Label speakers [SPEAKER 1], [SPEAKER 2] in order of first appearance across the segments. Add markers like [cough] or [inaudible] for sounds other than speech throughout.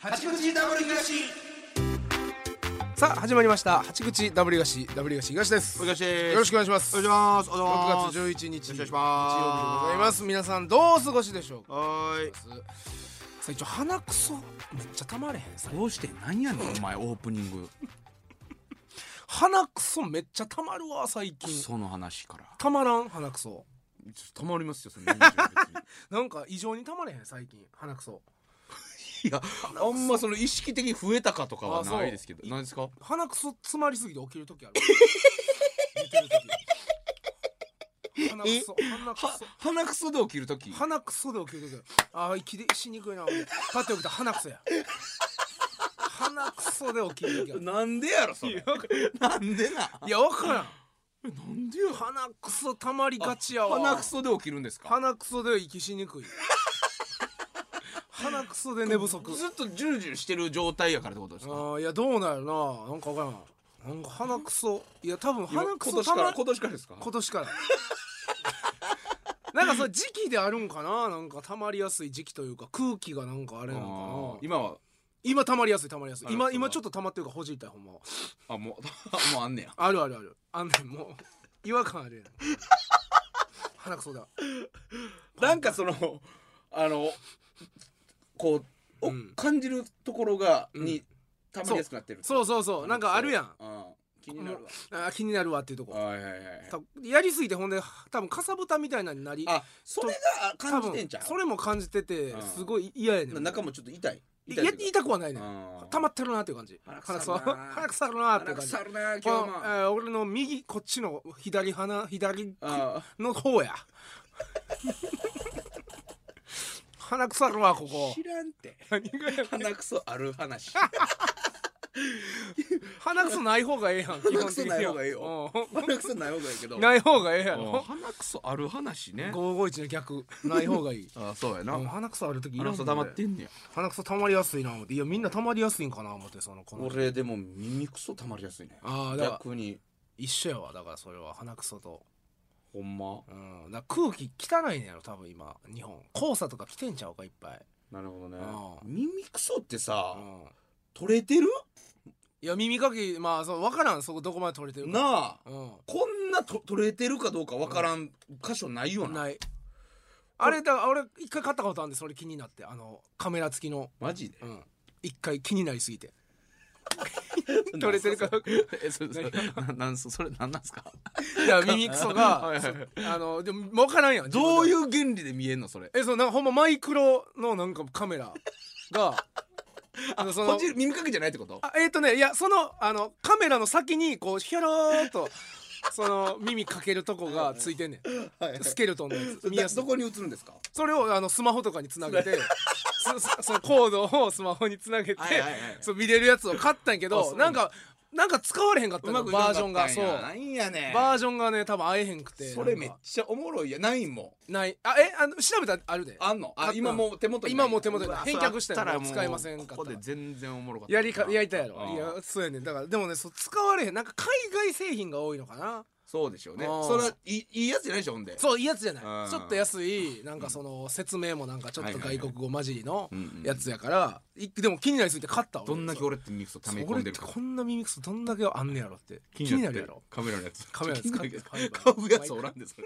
[SPEAKER 1] 八口ダブル東
[SPEAKER 2] さあ始まりました八口ダブリガシダブリガシ東です
[SPEAKER 1] お願いします
[SPEAKER 2] よろしくお願いします
[SPEAKER 1] お願いしますお願いします
[SPEAKER 2] 6月11日
[SPEAKER 1] お願いします
[SPEAKER 2] 日曜日でございます皆さんどうお過ごしでしょうか
[SPEAKER 1] はーい
[SPEAKER 2] さあ一応鼻くそめっちゃたまれへんさ
[SPEAKER 1] どうして何やねんお前オープニング
[SPEAKER 2] 鼻くそめっちゃたまるわ最近
[SPEAKER 1] その話から
[SPEAKER 2] たまらん鼻くそ
[SPEAKER 1] たまりますよその人数は
[SPEAKER 2] なんか異常にたまれへん最近鼻くそ
[SPEAKER 1] 別にいやあんまその意識的に増えたかとかは
[SPEAKER 2] あそう
[SPEAKER 1] ないですけど何ですか
[SPEAKER 2] 鼻くそ詰まりすぎて起きる時
[SPEAKER 1] [laughs]
[SPEAKER 2] ある寝てる時鼻くそ鼻くそ
[SPEAKER 1] 鼻くそで起きるとき
[SPEAKER 2] 鼻くそで起きる時ああ息でしにくいな俺パッて起きたら鼻くそや鼻くそで起きる時ある
[SPEAKER 1] なんでやろそれなんでない
[SPEAKER 2] やわからん
[SPEAKER 1] なんでや
[SPEAKER 2] 鼻くそたまりがちやわ
[SPEAKER 1] 鼻くそで起きるんですか
[SPEAKER 2] 鼻くそで息しにくい鼻くそで寝不足
[SPEAKER 1] ずっとジュルジュルしてる状態やからってことです
[SPEAKER 2] あ
[SPEAKER 1] か
[SPEAKER 2] ーいやどうなんやろななんかわからんなんか鼻くそいや多分
[SPEAKER 1] 今
[SPEAKER 2] 鼻く
[SPEAKER 1] 今
[SPEAKER 2] そ
[SPEAKER 1] 年
[SPEAKER 2] た
[SPEAKER 1] から
[SPEAKER 2] ま
[SPEAKER 1] 今年からですか
[SPEAKER 2] 今年から [laughs] なんかそれ時期であるんかななんかたまりやすい時期というか空気がなんかあれなの
[SPEAKER 1] あー
[SPEAKER 2] かな
[SPEAKER 1] 今は
[SPEAKER 2] 今たまりやすいたまりやすい
[SPEAKER 1] あ
[SPEAKER 2] 今
[SPEAKER 1] そうだ
[SPEAKER 2] 今ちょっとたまってるからほじりたいほんまは
[SPEAKER 1] あもう [laughs] もうあんねや
[SPEAKER 2] あるあるあるあんねんもう違和感あるやん [laughs] 鼻くそだ
[SPEAKER 1] なんかそのあのこう、お
[SPEAKER 2] うん
[SPEAKER 1] 感じるところが、
[SPEAKER 2] うん
[SPEAKER 1] にたまりやすくなってる
[SPEAKER 2] そうそうそうなんかあるやん
[SPEAKER 1] うん気になる
[SPEAKER 2] あー気になるわっていうとこ
[SPEAKER 1] わはいはいはいはい
[SPEAKER 2] たやりすぎてほんで多分かさぶたみたいなのになり
[SPEAKER 1] あそれがあ感じてんじゃ
[SPEAKER 2] 多分それも感じてて
[SPEAKER 1] うん
[SPEAKER 2] すごい嫌やね
[SPEAKER 1] ん
[SPEAKER 2] ん
[SPEAKER 1] 中もちょっと痛い
[SPEAKER 2] い
[SPEAKER 1] 痛
[SPEAKER 2] や
[SPEAKER 1] い
[SPEAKER 2] 言いたくはないねんた
[SPEAKER 1] た
[SPEAKER 2] まってるなっていう感じ
[SPEAKER 1] 鼻
[SPEAKER 2] 鼻く
[SPEAKER 1] くさ
[SPEAKER 2] そ
[SPEAKER 1] るな
[SPEAKER 2] 鼻くさるなっていう感じ
[SPEAKER 1] 腐るな今日
[SPEAKER 2] この
[SPEAKER 1] も
[SPEAKER 2] えー俺の右こっちの左鼻左
[SPEAKER 1] あ
[SPEAKER 2] の方や鼻腐るわこ
[SPEAKER 1] ー
[SPEAKER 2] こ
[SPEAKER 1] 知らんて
[SPEAKER 2] [laughs] 何がや
[SPEAKER 1] 鼻くそある
[SPEAKER 2] [laughs]
[SPEAKER 1] 話
[SPEAKER 2] 鼻くそない方がええやん基本的には
[SPEAKER 1] 鼻くそない方がええよ
[SPEAKER 2] うん
[SPEAKER 1] 鼻くそない方がいいけど
[SPEAKER 2] ない方がええや
[SPEAKER 1] うん
[SPEAKER 2] ろ
[SPEAKER 1] 鼻くそある話ね
[SPEAKER 2] 551の逆ない方がいい
[SPEAKER 1] あそうや [laughs] な
[SPEAKER 2] うん鼻くそある時いら
[SPEAKER 1] 鼻
[SPEAKER 2] んも
[SPEAKER 1] くそ
[SPEAKER 2] ん
[SPEAKER 1] 溜まってんねや
[SPEAKER 2] 鼻くそ溜まりやすいな思っていやみんな溜まりやすいんかな思ってそのこの
[SPEAKER 1] 俺でも耳くそ溜まりやすいね
[SPEAKER 2] ああだから
[SPEAKER 1] 逆に
[SPEAKER 2] 一緒やわだからそれは鼻くそと、
[SPEAKER 1] ほんま
[SPEAKER 2] うん、だから空気汚いねやろ多分今日本黄砂とか来てんちゃうかいっぱい、
[SPEAKER 1] なるほどね
[SPEAKER 2] ああ
[SPEAKER 1] 耳くそってさ
[SPEAKER 2] うん、
[SPEAKER 1] 取れてる
[SPEAKER 2] いや耳かきまあそう分からんそこどこまで取れてるか
[SPEAKER 1] なあ
[SPEAKER 2] うん
[SPEAKER 1] こんなと取れてるかどうかわからん箇所ないよな
[SPEAKER 2] ないあれだから俺一回買ったことあるんでそれ気になってあのカメラ付きの
[SPEAKER 1] マジで
[SPEAKER 2] うん一回気になりすぎて [laughs] 取れてるかどうか [laughs]
[SPEAKER 1] えそれそれななんそそれなんなんすか [laughs]
[SPEAKER 2] いや耳くそ
[SPEAKER 1] は
[SPEAKER 2] が
[SPEAKER 1] いはいはい
[SPEAKER 2] そうあのでも分からんやん
[SPEAKER 1] どういうう原理で見えんのそれ
[SPEAKER 2] えそうなんかほんまマイクロのなんかカメラ
[SPEAKER 1] [laughs]
[SPEAKER 2] があのそ
[SPEAKER 1] こ
[SPEAKER 2] の
[SPEAKER 1] っち耳かきじゃないってこと
[SPEAKER 2] あえっ、とねいやそのあのカメラの先にこうひょろーっとその耳かけるとこがついてんね
[SPEAKER 1] [laughs]
[SPEAKER 2] んスケルトンのやつ見や
[SPEAKER 1] だ
[SPEAKER 2] すい
[SPEAKER 1] どこに映るんですか
[SPEAKER 2] それをあのスマホとかにつなげて [laughs] そそそのコードをスマホにつなげて
[SPEAKER 1] はいはいはい
[SPEAKER 2] そう見れるやつを買ったんやけ
[SPEAKER 1] あそ
[SPEAKER 2] ど
[SPEAKER 1] う
[SPEAKER 2] な
[SPEAKER 1] なん
[SPEAKER 2] んかなんか使われへんかった
[SPEAKER 1] う
[SPEAKER 2] の
[SPEAKER 1] まくいか
[SPEAKER 2] バー
[SPEAKER 1] んかっ
[SPEAKER 2] ジ
[SPEAKER 1] た
[SPEAKER 2] ョ
[SPEAKER 1] ん
[SPEAKER 2] ン
[SPEAKER 1] や
[SPEAKER 2] がそう
[SPEAKER 1] なんやねん
[SPEAKER 2] バージョンがね多分会えへんくて
[SPEAKER 1] それめ
[SPEAKER 2] な
[SPEAKER 1] っ
[SPEAKER 2] んか
[SPEAKER 1] ちゃおもろいやないんも
[SPEAKER 2] ないあえあの調べたあるで
[SPEAKER 1] あんの
[SPEAKER 2] 買
[SPEAKER 1] あ
[SPEAKER 2] った
[SPEAKER 1] 今もう手元に
[SPEAKER 2] 今もう手元に
[SPEAKER 1] うわ
[SPEAKER 2] 返却したよ
[SPEAKER 1] それあっ
[SPEAKER 2] もう使えませんかった
[SPEAKER 1] ここで全然おもろかった
[SPEAKER 2] やりかやりたいやろ
[SPEAKER 1] あー
[SPEAKER 2] いやそうやねんだからでもねそう使われへんなんか海外製品が多いのかな
[SPEAKER 1] そうでしょうね
[SPEAKER 2] あー
[SPEAKER 1] それはいいいいやつじゃないでしょほんで
[SPEAKER 2] そういいやつじゃ
[SPEAKER 1] あ
[SPEAKER 2] な
[SPEAKER 1] ー
[SPEAKER 2] いちょっと安いなんかその説明もなんかちょっと
[SPEAKER 1] はいはい
[SPEAKER 2] 外
[SPEAKER 1] は
[SPEAKER 2] 国
[SPEAKER 1] い
[SPEAKER 2] 語混じりの
[SPEAKER 1] うんうん
[SPEAKER 2] やつやからいでも気になりすぎて買ったわ
[SPEAKER 1] どんだけ俺ってミクソ溜め込んでる
[SPEAKER 2] そ
[SPEAKER 1] か
[SPEAKER 2] れってこんな耳くそどんだけあんねやろって気になるやろ
[SPEAKER 1] カメラのやつ
[SPEAKER 2] カメラのやつ
[SPEAKER 1] 気になるやつ
[SPEAKER 2] 買えば
[SPEAKER 1] 買うやつおらんでそれ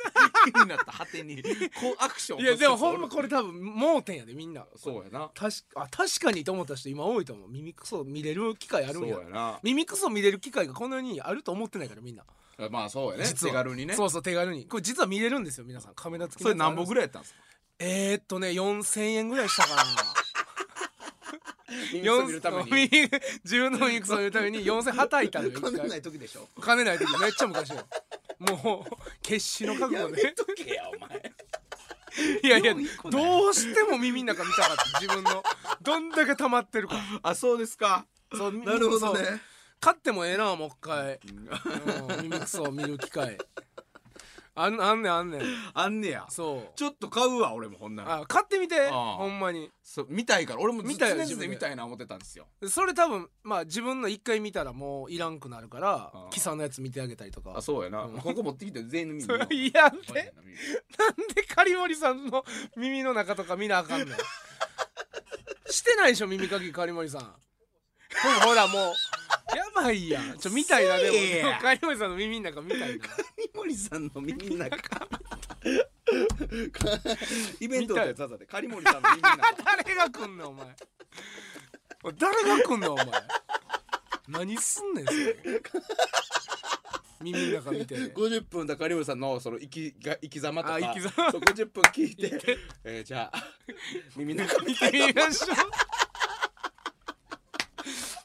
[SPEAKER 1] 気になった果てに
[SPEAKER 2] [laughs]
[SPEAKER 1] こうアクション
[SPEAKER 2] いやでもほんまこ
[SPEAKER 1] れ
[SPEAKER 2] れ多分盲点やでみんな
[SPEAKER 1] そうやな
[SPEAKER 2] 確かあ確かにと思った人今多いと思う耳くそ見れる機会ある
[SPEAKER 1] そうん
[SPEAKER 2] や
[SPEAKER 1] やな
[SPEAKER 2] 耳くそ見れる機会がこの世にあると思ってないからみんな、
[SPEAKER 1] まあそうやね
[SPEAKER 2] 実
[SPEAKER 1] 手
[SPEAKER 2] は
[SPEAKER 1] 軽にね
[SPEAKER 2] そうそう手軽にこれ実は見れるんですよ皆さんカメラ付き
[SPEAKER 1] それ何本ぐ
[SPEAKER 2] らい
[SPEAKER 1] らいやったんですか
[SPEAKER 2] えー、っとね4000円ぐらいした
[SPEAKER 1] [laughs]
[SPEAKER 2] かな
[SPEAKER 1] ミクソ見るために
[SPEAKER 2] 4自分の耳くそ見るために4000はたいたのよ一回
[SPEAKER 1] 金ない時でしょ
[SPEAKER 2] 金ない時めっちゃ昔よもう決死の覚
[SPEAKER 1] や
[SPEAKER 2] 悟
[SPEAKER 1] め
[SPEAKER 2] で
[SPEAKER 1] とけやお
[SPEAKER 2] [laughs]
[SPEAKER 1] 前
[SPEAKER 2] いやいや
[SPEAKER 1] よう一個だよ
[SPEAKER 2] どうしても耳の中見たかった自分のどんだけ溜まってるか
[SPEAKER 1] あそうですか
[SPEAKER 2] そう
[SPEAKER 1] なるほど
[SPEAKER 2] そう
[SPEAKER 1] ね
[SPEAKER 2] 買ってもええなもう一回、うん、耳くそを見る機会あんあんねんあんねん
[SPEAKER 1] [laughs] あんねや
[SPEAKER 2] そう
[SPEAKER 1] ちょっと買うわ俺もほんなら
[SPEAKER 2] あ買ってみて
[SPEAKER 1] ああ
[SPEAKER 2] ほんまに
[SPEAKER 1] そう見たいから俺もずっ
[SPEAKER 2] 見
[SPEAKER 1] と
[SPEAKER 2] たい
[SPEAKER 1] 常
[SPEAKER 2] よ
[SPEAKER 1] 々
[SPEAKER 2] 自分で
[SPEAKER 1] 見たいな思ってたんですよ
[SPEAKER 2] それ多分まあ自分の一回見たらもういらんくなるから
[SPEAKER 1] ああ
[SPEAKER 2] キサのやつ見てあげたりとか
[SPEAKER 1] あそうやな
[SPEAKER 2] うん
[SPEAKER 1] ここ持ってきて全員の耳
[SPEAKER 2] そ [laughs] れ
[SPEAKER 1] の
[SPEAKER 2] 嫌ってなんでカリモリさんの耳の中とか見なあかんねんしてないでしょ耳かきかりもりさんほらもうやばいやんちょ見たいなでも
[SPEAKER 1] せえや
[SPEAKER 2] かりもりさんの耳の中見たいな
[SPEAKER 1] 三森さんの耳の中イベントだよザザでカリモリさんの耳の中
[SPEAKER 2] 誰が来んのお前誰が来んのお前何すんねんそれ耳の中見て
[SPEAKER 1] 50分だカリモリさんのその生きが生き様とか
[SPEAKER 2] あ生き様
[SPEAKER 1] そう50分聞いてえーじ
[SPEAKER 2] [laughs]
[SPEAKER 1] ゃあ耳の中見
[SPEAKER 2] 見
[SPEAKER 1] た
[SPEAKER 2] て
[SPEAKER 1] い
[SPEAKER 2] みましょう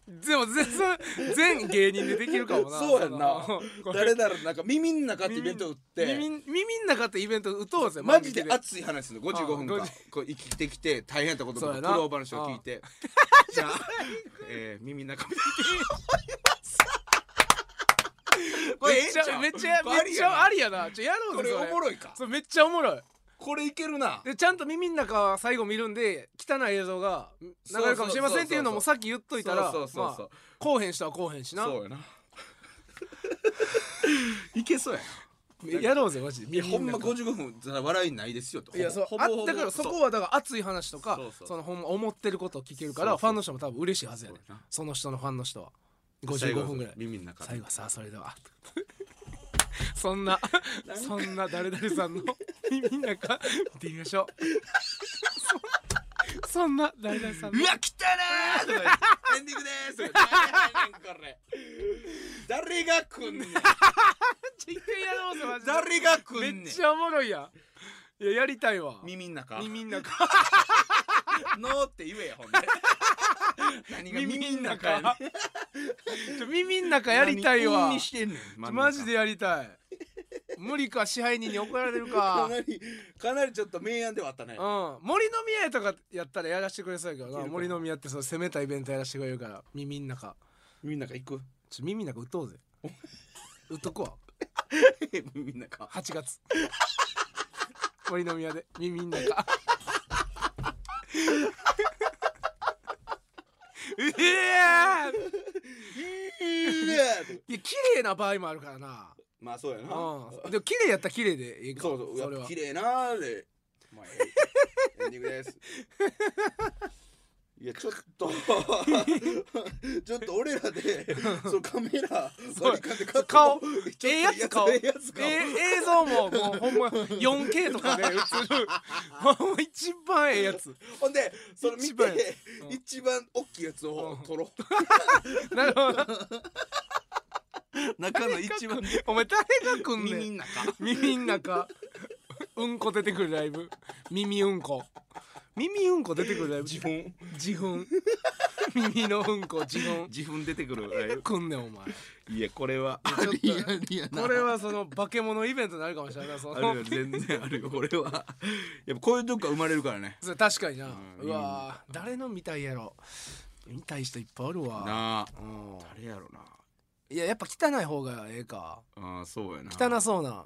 [SPEAKER 2] でも全然全芸人でできるかもな
[SPEAKER 1] そうやんな
[SPEAKER 2] その
[SPEAKER 1] [laughs] 誰だろうなんか耳の中ってイベント打って
[SPEAKER 2] 耳耳の中ってイベント打とうぜ
[SPEAKER 1] マジで
[SPEAKER 2] 番組
[SPEAKER 1] 熱い話するの55分
[SPEAKER 2] うん
[SPEAKER 1] 間
[SPEAKER 2] 50
[SPEAKER 1] こう生きてきて大変なことと
[SPEAKER 2] そう
[SPEAKER 1] か
[SPEAKER 2] や
[SPEAKER 1] 苦
[SPEAKER 2] な
[SPEAKER 1] 労話を聞いてじゃあ、えー、耳の中見たいこれえ
[SPEAKER 2] め
[SPEAKER 1] え
[SPEAKER 2] っ
[SPEAKER 1] ん
[SPEAKER 2] ちゃめっちゃ
[SPEAKER 1] これあ
[SPEAKER 2] め
[SPEAKER 1] り
[SPEAKER 2] っち
[SPEAKER 1] や
[SPEAKER 2] ゃ
[SPEAKER 1] な
[SPEAKER 2] ありやなちょやろうぜ
[SPEAKER 1] これおもろいか
[SPEAKER 2] それめっちゃおもろい
[SPEAKER 1] これいけるな
[SPEAKER 2] でちゃんと耳の中は最後見るんで汚い映像が流れるかもしれませんっていうのもさっき言っといたら
[SPEAKER 1] そうそうそうそう
[SPEAKER 2] まあこうへん人はこうへんしな
[SPEAKER 1] そう
[SPEAKER 2] [laughs]
[SPEAKER 1] やないけそうや
[SPEAKER 2] やろうぜマジで
[SPEAKER 1] ないやほんま
[SPEAKER 2] 耳の中
[SPEAKER 1] 55分じゃ笑いないですよと
[SPEAKER 2] いやそう
[SPEAKER 1] ほぼ
[SPEAKER 2] あ
[SPEAKER 1] ほぼ
[SPEAKER 2] だからそこはだから熱い話とかそ
[SPEAKER 1] そうそう
[SPEAKER 2] のほんま思ってることを聞けるか
[SPEAKER 1] そ
[SPEAKER 2] ら
[SPEAKER 1] う
[SPEAKER 2] ファンの人も多分嬉しいはずやね
[SPEAKER 1] そうやな
[SPEAKER 2] その人のファンの人は
[SPEAKER 1] そう
[SPEAKER 2] 55分ぐらい
[SPEAKER 1] 耳の中で
[SPEAKER 2] 最後はさあそれでは [laughs] そんなそんな誰々さんの耳の中見てみましょうそそんな誰々さん
[SPEAKER 1] う
[SPEAKER 2] の
[SPEAKER 1] わ来たなーとか言ってエンディングでーすとか言って誰やねんこれ誰が
[SPEAKER 2] [laughs]
[SPEAKER 1] 来んねん
[SPEAKER 2] ちょ一回やろうぜマジで
[SPEAKER 1] 誰が来んねん
[SPEAKER 2] めっちゃおもろいやんいややりたいわ
[SPEAKER 1] 耳の中
[SPEAKER 2] 耳の中
[SPEAKER 1] [laughs] のーって言えやほ
[SPEAKER 2] [laughs]
[SPEAKER 1] んで何が耳の中やねん
[SPEAKER 2] ちょ耳の中やりたいわ
[SPEAKER 1] 何韻にしてんねん
[SPEAKER 2] マジでやりたい無理か支配人に怒られる
[SPEAKER 1] か
[SPEAKER 2] か
[SPEAKER 1] [laughs] なりかなりちょっと明暗ではあったね
[SPEAKER 2] うん、森の宮とかやったらやらせてくれそうやけど
[SPEAKER 1] いけ
[SPEAKER 2] な
[SPEAKER 1] るかな
[SPEAKER 2] 森の宮ってその攻めたイベントやらせてくれるから耳の中
[SPEAKER 1] 耳の中行く [laughs]
[SPEAKER 2] ちょ耳の中打とうぜ打っとくわ
[SPEAKER 1] 耳の中
[SPEAKER 2] 8月森の宮で耳の中ええいや綺麗な場合もあるからな。
[SPEAKER 1] [laughs] まあそうやな
[SPEAKER 2] うん。でも綺麗やったら綺麗でいいか。
[SPEAKER 1] そうそ
[SPEAKER 2] そ
[SPEAKER 1] う
[SPEAKER 2] れ
[SPEAKER 1] やっ
[SPEAKER 2] は
[SPEAKER 1] ぱ綺。麗なーで、まあ、
[SPEAKER 2] [laughs]
[SPEAKER 1] ええエンディングですいやちょっ
[SPEAKER 2] [laughs]
[SPEAKER 1] とちょっと俺らでそのカメラ
[SPEAKER 2] そう
[SPEAKER 1] 割り勘で買った
[SPEAKER 2] 顔
[SPEAKER 1] ちょっと
[SPEAKER 2] ええやつ顔。
[SPEAKER 1] え
[SPEAKER 2] え
[SPEAKER 1] えやつ顔
[SPEAKER 2] 映像ももうほんま 4K とかで映る。ほんま一番ええやつ。
[SPEAKER 1] ほんでその見
[SPEAKER 2] 一番や
[SPEAKER 1] て
[SPEAKER 2] うん
[SPEAKER 1] 一番大きいやつを
[SPEAKER 2] うん
[SPEAKER 1] 撮ろ
[SPEAKER 2] なる
[SPEAKER 1] [laughs]
[SPEAKER 2] ほど。
[SPEAKER 1] う中の一番
[SPEAKER 2] [laughs] お前誰が来んね
[SPEAKER 1] 耳
[SPEAKER 2] ん。
[SPEAKER 1] の中
[SPEAKER 2] 耳ん中。うんこ出てくるライブ。耳うんこ。耳うんこ出てくるライブ。
[SPEAKER 1] 自分
[SPEAKER 2] 自分。耳のうんこ自分。
[SPEAKER 1] 自分出てくる
[SPEAKER 2] 来んねんお前。
[SPEAKER 1] いやこれは
[SPEAKER 2] ちょっと
[SPEAKER 1] ありありやな
[SPEAKER 2] これはその化け物イベントになるかもしれないな。そ
[SPEAKER 1] あ
[SPEAKER 2] の
[SPEAKER 1] るよ全然あるよこれはやっぱこういうとこが生まれるからね
[SPEAKER 2] そう確かにな、う
[SPEAKER 1] うん
[SPEAKER 2] わー誰の見たいやろ見たい人いっぱいあるわ
[SPEAKER 1] なあ
[SPEAKER 2] うん
[SPEAKER 1] 誰やろない
[SPEAKER 2] ややっぱ汚い方がええか
[SPEAKER 1] ああそうやな
[SPEAKER 2] 汚そうな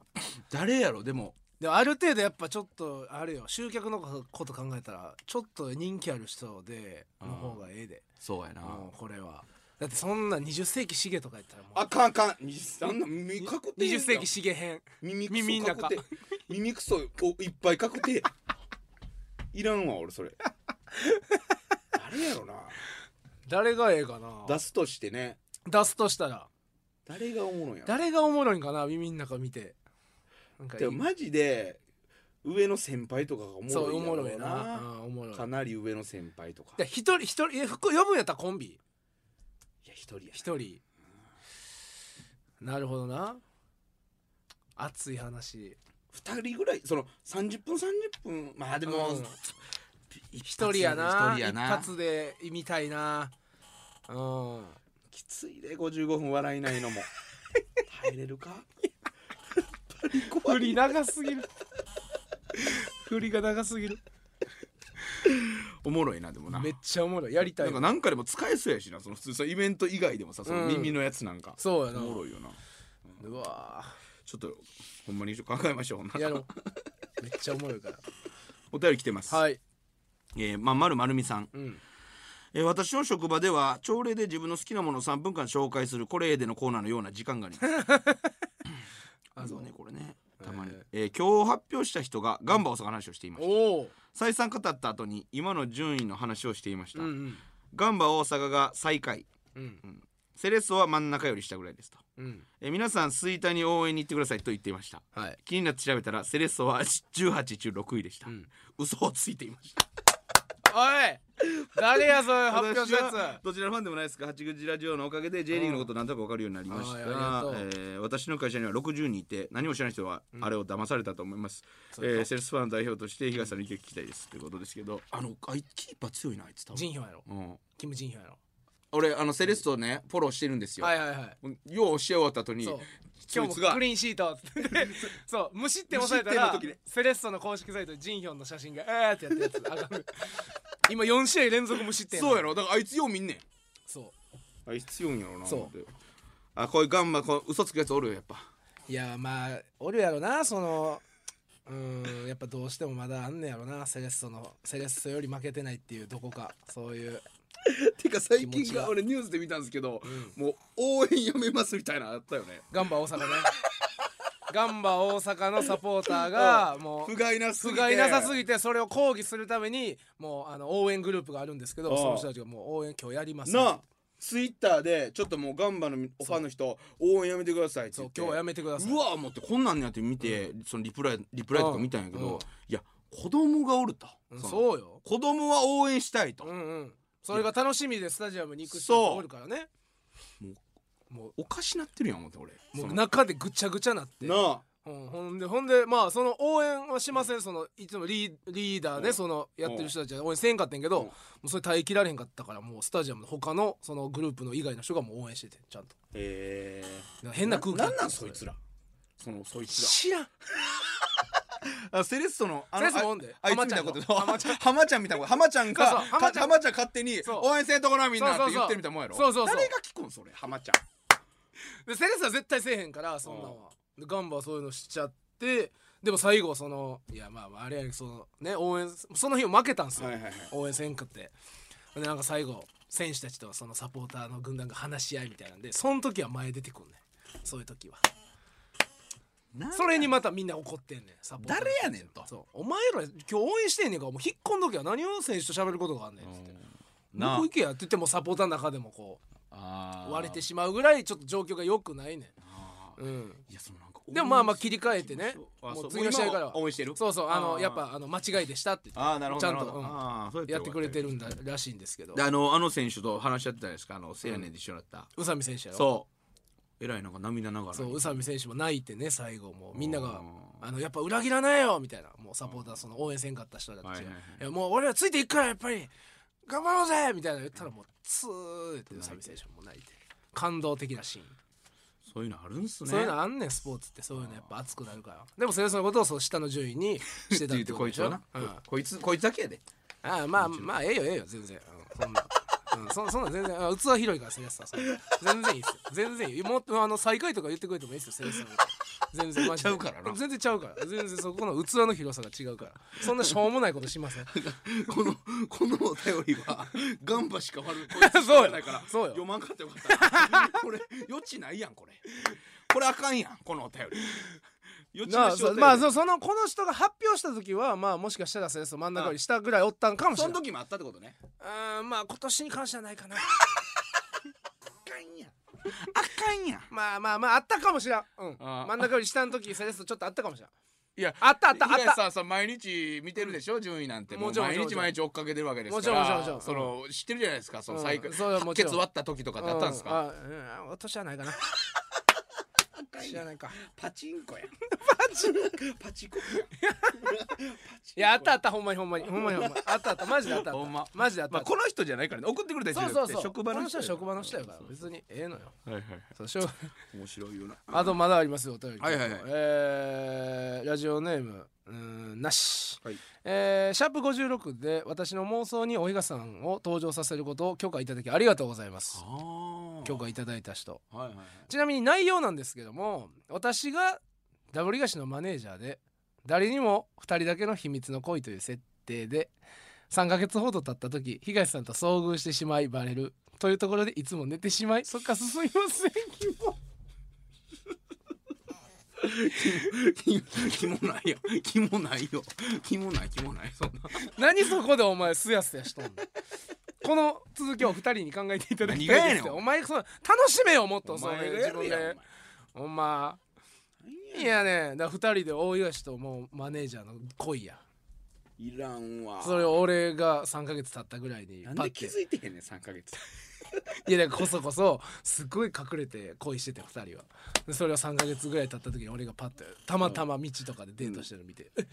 [SPEAKER 1] 誰やろでも
[SPEAKER 2] でもある程度やっぱちょっとあれよ集客のこと考えたらちょっと人気ある人で
[SPEAKER 1] う
[SPEAKER 2] の
[SPEAKER 1] ん
[SPEAKER 2] 方がええで
[SPEAKER 1] そうやな
[SPEAKER 2] うんこれはだってそんな20世紀シゲとかやったらもう
[SPEAKER 1] あかんあかんにあんな耳確定
[SPEAKER 2] 20世紀シゲ編
[SPEAKER 1] 耳く
[SPEAKER 2] 耳ん
[SPEAKER 1] そ
[SPEAKER 2] 中
[SPEAKER 1] 確定耳くそをいっぱい確定いらんわ俺それ誰やろ [laughs] な
[SPEAKER 2] 誰がええかな
[SPEAKER 1] 出すとしてね
[SPEAKER 2] 出すとしたら
[SPEAKER 1] 誰がおもろいんやろ
[SPEAKER 2] 誰がおもろいんかな耳の中見てなんかいい
[SPEAKER 1] でもマジで上の先輩とかがおもろい
[SPEAKER 2] そうお
[SPEAKER 1] んや
[SPEAKER 2] も
[SPEAKER 1] ろ
[SPEAKER 2] ろ
[SPEAKER 1] う
[SPEAKER 2] いな、
[SPEAKER 1] な
[SPEAKER 2] うんおもろい
[SPEAKER 1] かなり上の先輩とか
[SPEAKER 2] で一人一人え服呼ぶんやったらコンビ
[SPEAKER 1] いや一人やな
[SPEAKER 2] 一人なるほどな熱い話
[SPEAKER 1] 二人ぐらいその30分30分まあでも
[SPEAKER 2] うん
[SPEAKER 1] 一
[SPEAKER 2] 一人やな
[SPEAKER 1] 一人やな
[SPEAKER 2] 一発で見たいなうん
[SPEAKER 1] きついで55分笑いないの
[SPEAKER 2] [laughs]
[SPEAKER 1] も耐えれるか
[SPEAKER 2] 振り長すぎる振りが長すぎる
[SPEAKER 1] おもろいなでもな
[SPEAKER 2] めっちゃおもろいやりた
[SPEAKER 1] ないん
[SPEAKER 2] わ
[SPEAKER 1] かなんかでも使えそうやしなその普通さイベント以外でもさその耳のやつなんか、
[SPEAKER 2] そうやな
[SPEAKER 1] おもろいよな
[SPEAKER 2] うわ
[SPEAKER 1] ちょっとほんまに考えましょうほんな
[SPEAKER 2] ー
[SPEAKER 1] ら
[SPEAKER 2] や
[SPEAKER 1] [laughs]
[SPEAKER 2] ろうめっちゃおもろいから
[SPEAKER 1] お便り来てます、
[SPEAKER 2] はい
[SPEAKER 1] えーまあ、まるまるみさん、
[SPEAKER 2] うん
[SPEAKER 1] えー私の職場では朝礼で自分の好きなものを3分間紹介するこれでのコーナーのような時間があります
[SPEAKER 2] あ
[SPEAKER 1] あ
[SPEAKER 2] の
[SPEAKER 1] のねこれね
[SPEAKER 2] うん
[SPEAKER 1] 食たまに、えー今日発表した人がガンバ大阪の話をしていました
[SPEAKER 2] おお
[SPEAKER 1] 再三語った後に今の順位の話をしていました、
[SPEAKER 2] うんうん
[SPEAKER 1] ガンバ大阪が最下位
[SPEAKER 2] うん
[SPEAKER 1] セレッソは真ん中より下ぐらいですと、
[SPEAKER 2] うん
[SPEAKER 1] えー皆さん吹田に応援に行ってくださいと言っていました
[SPEAKER 2] はい
[SPEAKER 1] 気になって調べたらセレッソは18中6位でした、
[SPEAKER 2] ん
[SPEAKER 1] 嘘をついていました
[SPEAKER 2] おい誰やそういう発表したや
[SPEAKER 1] 私は
[SPEAKER 2] つ
[SPEAKER 1] どちらのファンでもないですが八口ラジオのおかげで J リーグのことなんとか分かるようになりました、
[SPEAKER 2] う
[SPEAKER 1] え
[SPEAKER 2] んあーありが
[SPEAKER 1] ー私の会社には60人いて何も知らない人はあれを騙されたと思います、
[SPEAKER 2] そう
[SPEAKER 1] え
[SPEAKER 2] いうこと
[SPEAKER 1] ーセルスファン代表として東さんの意見聞きたいですってことですけどあのあいキーパー強いなあいつ多
[SPEAKER 2] ジン
[SPEAKER 1] 分、
[SPEAKER 2] ヒョンやろ
[SPEAKER 1] うん、
[SPEAKER 2] キム・ジンヒョンやろ
[SPEAKER 1] 俺あのセレストをねフォローしてるんですよ、
[SPEAKER 2] はいはいはい
[SPEAKER 1] よう教え終わった後に
[SPEAKER 2] そう
[SPEAKER 1] つ
[SPEAKER 2] 今日もクリーンシートっ [laughs] つってそう無失点抑えた
[SPEAKER 3] 無
[SPEAKER 2] ら
[SPEAKER 3] 失点の時ね
[SPEAKER 2] セレッソの公式サイトジンヒョンの写真がえーってやったやつあかん今4試合連続無失点
[SPEAKER 1] そうやろだからあいつよう見んねん
[SPEAKER 2] そ
[SPEAKER 1] あいつ強いんやろな
[SPEAKER 2] そう
[SPEAKER 1] 思ってあこういうガンマこう嘘つくやつおるよやっぱ
[SPEAKER 2] ういやまあおるやろなそのうーんやっぱどうしてもまだあんねやろなセレッソのセレッソより負けてないっていうどこかそういう
[SPEAKER 1] てか最
[SPEAKER 2] 気持
[SPEAKER 1] 近
[SPEAKER 2] ちが
[SPEAKER 1] が俺ニュースで見たんですけど、もう応援やめますみたいなのあったよね
[SPEAKER 2] ガンバ大阪ねガンバ大阪のサポーターがもう
[SPEAKER 1] 不甲斐なすぎ
[SPEAKER 2] 不
[SPEAKER 1] て
[SPEAKER 2] 甲斐なさすぎてそれを抗議するためにもうあの応援グループがあるんですけど
[SPEAKER 1] ああ
[SPEAKER 2] その人たちがもう応援今日やります
[SPEAKER 1] なあツイッターでちょっともうガンバのファンの人応援やめてくださいって
[SPEAKER 2] そ
[SPEAKER 1] 言
[SPEAKER 2] う
[SPEAKER 1] って
[SPEAKER 2] 今日はや
[SPEAKER 1] め
[SPEAKER 2] めてくださいう
[SPEAKER 1] わ思ってこんなんやって見て、そのリプライリプライとか見たんやけ
[SPEAKER 2] うんう
[SPEAKER 1] ど
[SPEAKER 2] ん
[SPEAKER 1] いや子供がおると、
[SPEAKER 2] うん
[SPEAKER 1] その
[SPEAKER 2] そうよ
[SPEAKER 1] 子供は応援したいと、
[SPEAKER 2] うんうんそれが楽しみでスタジアムに行く人がおるからね
[SPEAKER 1] そう
[SPEAKER 2] もう
[SPEAKER 1] おかしなってるやん思って俺
[SPEAKER 2] も
[SPEAKER 1] そうの
[SPEAKER 2] 中でぐちゃぐちゃなって
[SPEAKER 1] なあ
[SPEAKER 2] うん、ほんでほんでまあその応援はしませんそのいつもリーリーダー
[SPEAKER 1] う
[SPEAKER 2] ね
[SPEAKER 1] ん
[SPEAKER 2] そのやってる人たちは応援せんかったんやけど
[SPEAKER 1] うん
[SPEAKER 2] もうそれ耐えきられへんかったからもうスタジアムの他のそのグループの以外の人がもう応援しててちゃんと
[SPEAKER 1] え
[SPEAKER 2] なんか変な空気
[SPEAKER 1] なんなんそいつらそのそいつ
[SPEAKER 2] 知らん
[SPEAKER 1] らあセレッソのあ
[SPEAKER 2] セレッソもおんで
[SPEAKER 1] あいつみたいなこと
[SPEAKER 2] 浜
[SPEAKER 1] [laughs]
[SPEAKER 2] ちゃん
[SPEAKER 1] 浜ちゃんみたいなこと浜ちゃんが
[SPEAKER 2] そうそう浜ちゃん
[SPEAKER 1] か浜ちゃん勝手に
[SPEAKER 2] そう
[SPEAKER 1] 応援せんとこなみんな
[SPEAKER 2] そうそう
[SPEAKER 1] っ
[SPEAKER 2] そ
[SPEAKER 1] て
[SPEAKER 2] う
[SPEAKER 1] 言ってるみたいなもんやろ
[SPEAKER 2] そうそうそう
[SPEAKER 1] 誰が聞くんそれ浜ちゃん
[SPEAKER 2] でセレッソは絶対せえへんからそんなんはでガンバはそういうのしちゃってでも最後そのいやまあまああれやけどそのね応援その日も負けたんすよ、
[SPEAKER 1] はいはいはい
[SPEAKER 2] 応援せんくってでなんか最後選手たちとそのサポーターの軍団が話し合いみたいなんでその時は前出てくんねんそういう時は
[SPEAKER 1] なん
[SPEAKER 2] それにまたみんな怒ってんねんサポーターの人
[SPEAKER 1] 誰やねんと
[SPEAKER 2] そうお前ら今日応援してんねんからもう引っ込んどけよ何を選手と喋ることがあんねんっつって向
[SPEAKER 1] な
[SPEAKER 2] こう行けやって言ってもサポーターの中でもこ
[SPEAKER 1] あ
[SPEAKER 2] う
[SPEAKER 1] ー
[SPEAKER 2] 割れてしまうぐらいちょっと状況が良くないね
[SPEAKER 1] あ
[SPEAKER 2] んうん
[SPEAKER 1] ーいやそのなんか
[SPEAKER 2] でもまあまあ切り替えてね
[SPEAKER 1] あ
[SPEAKER 2] も
[SPEAKER 1] そう
[SPEAKER 2] う次の試合から
[SPEAKER 1] もう今応援してる
[SPEAKER 2] そうそうあの
[SPEAKER 1] あー
[SPEAKER 2] やっぱあの間違いでしたって言って
[SPEAKER 1] ああなるほど
[SPEAKER 2] ちゃんと
[SPEAKER 1] なる
[SPEAKER 2] う
[SPEAKER 1] ほど
[SPEAKER 2] ん
[SPEAKER 1] あーそう
[SPEAKER 2] やってくれて
[SPEAKER 1] る
[SPEAKER 2] るんだらしいんですけど
[SPEAKER 1] であのあの選手と話し合ってたじゃないですかあのせやねんで一緒だった
[SPEAKER 2] 宇佐美選手やろ
[SPEAKER 1] そうえらいなんか涙ながら
[SPEAKER 2] そう宇佐美選手も泣いてね最後もうみんなが
[SPEAKER 1] あ
[SPEAKER 2] あのやっぱ裏切らないよみたいなもうサポーターその応援せんかった人たちが、
[SPEAKER 1] はいいはいはい
[SPEAKER 2] やもう俺らついていくからやっぱり頑張ろうぜみたいな言ったらもうツーって宇佐美選手も泣いて感動的なシーン、
[SPEAKER 1] そういうのあるんすね
[SPEAKER 2] そういうのあんねんスポーツってそういうのやっぱ熱くなるからでもそれそのことをそう下の順位にしてた
[SPEAKER 1] [laughs] [laughs]
[SPEAKER 2] っ
[SPEAKER 1] って言ってて
[SPEAKER 2] こと
[SPEAKER 1] こ
[SPEAKER 2] で
[SPEAKER 1] い
[SPEAKER 2] し
[SPEAKER 1] つ
[SPEAKER 2] ょ
[SPEAKER 1] はな
[SPEAKER 2] うん
[SPEAKER 1] こいつこいつだけやで
[SPEAKER 2] ああまあまあええよええよ全然、うん、そんな、うん、そ [laughs] そんなん全然あ器広いからセレッソはそんな全然いいっすよ全然いいもっとあの最下位とか言ってくれてもいいっすよセレッソのこと全然マジで
[SPEAKER 1] ちゃうからな
[SPEAKER 2] 全然ちゃうから全然そこの器の広さが違うからそんなしょうもないことしませ
[SPEAKER 1] [laughs]
[SPEAKER 2] ん
[SPEAKER 1] このこのお便りはガンバしか悪いこ
[SPEAKER 2] つしか悪いから [laughs] そうよ
[SPEAKER 1] 読まんかったよかった [laughs] これ余地ないやんこれこれあかんやんこのお便り余地
[SPEAKER 2] な
[SPEAKER 1] な
[SPEAKER 2] あ
[SPEAKER 1] し
[SPEAKER 2] そ
[SPEAKER 1] お便り
[SPEAKER 2] まあそそのこの人が発表した時はまあもしかしたらセレッソ真ん中より下ぐらいおったんかもし
[SPEAKER 1] そ
[SPEAKER 2] れ
[SPEAKER 1] の
[SPEAKER 2] ない
[SPEAKER 1] 時もあったってことね
[SPEAKER 2] あーまあ今年に関してはないか [laughs] な
[SPEAKER 1] あかんやんあかんやん
[SPEAKER 2] まあまあまああったかもしれん、うん、
[SPEAKER 1] あー
[SPEAKER 2] 真ん中より下の時セレッソちょっとあったかもしれん
[SPEAKER 1] いや
[SPEAKER 2] あったあったあっ
[SPEAKER 1] 東
[SPEAKER 2] た
[SPEAKER 1] さんさ毎日見てるでしょ順位なんても
[SPEAKER 2] も
[SPEAKER 1] う
[SPEAKER 2] ちろん
[SPEAKER 1] 毎
[SPEAKER 2] もち
[SPEAKER 1] 日
[SPEAKER 2] ろん
[SPEAKER 1] 毎日追っかけてるわけですから
[SPEAKER 2] もちろんもちろんもち
[SPEAKER 1] そ
[SPEAKER 2] ろ
[SPEAKER 1] の知ってるじゃないですかその
[SPEAKER 2] うん
[SPEAKER 1] 最下位
[SPEAKER 2] それはもち
[SPEAKER 1] ケ
[SPEAKER 2] ろん
[SPEAKER 1] ツ割った時とかってあったんですか
[SPEAKER 2] うんあうん落としはないかな知らないか
[SPEAKER 1] パチンコ
[SPEAKER 2] [laughs]
[SPEAKER 1] やパチンコやパチンコ
[SPEAKER 2] いやあったあったほんまにほんまにほんまにほんまにあったあったマジであったあった
[SPEAKER 1] ほんま
[SPEAKER 2] マジであった
[SPEAKER 1] ま
[SPEAKER 2] あ
[SPEAKER 1] あ、
[SPEAKER 2] った
[SPEAKER 1] この人じゃないからね送ってくれた人
[SPEAKER 2] そう
[SPEAKER 1] じゃ
[SPEAKER 2] そうそう
[SPEAKER 1] なくて職場の人
[SPEAKER 2] こ人は職場の人
[SPEAKER 1] や
[SPEAKER 2] や
[SPEAKER 1] か
[SPEAKER 2] からら別にええのよ
[SPEAKER 1] はいはいはい
[SPEAKER 2] そうしょう
[SPEAKER 1] 面白いよな
[SPEAKER 2] あとまだありますよお便り
[SPEAKER 1] はいはいはい
[SPEAKER 2] えーラジオネームうーんなし、
[SPEAKER 1] はい
[SPEAKER 2] えーシャープ56で私の妄想におひがさんを登場させることを許可いただきありがとうございます
[SPEAKER 1] あ
[SPEAKER 2] 許可いただいた人
[SPEAKER 1] はいはいはい
[SPEAKER 2] ちなみに内容なんですけども私がダブリガシのマネージャーで誰にも2人だけの秘密の恋という設定で3ヶ月ほど経った時東さんと遭遇してしまいバレるというところでいつも寝てしまいそっか進みません
[SPEAKER 4] 気気もないよ気もないよ気もない気もないそんな
[SPEAKER 2] 何そこでお前すやすやしとんのこの続きを二人に考えていただきたい
[SPEAKER 4] 何がや
[SPEAKER 2] です
[SPEAKER 4] ね
[SPEAKER 2] よ
[SPEAKER 4] ん
[SPEAKER 2] お前その楽しめよもっとその
[SPEAKER 4] お前が
[SPEAKER 2] 自
[SPEAKER 4] やる
[SPEAKER 2] 分
[SPEAKER 4] やん
[SPEAKER 2] でほんまいやねだから二人で大東ともうマネージャーの恋や
[SPEAKER 1] いらんわ
[SPEAKER 2] それを俺が3ヶ月経ったぐらいに
[SPEAKER 1] なん
[SPEAKER 2] パッ
[SPEAKER 1] で
[SPEAKER 2] て
[SPEAKER 1] 気づいてへんねん3ヶ [laughs] 月
[SPEAKER 2] いやだからこそこそすごい隠れて恋してて2人はでそれを3ヶ月ぐらい経った時に俺がパッとたまたま道とかでデートしてるの見て、えっっ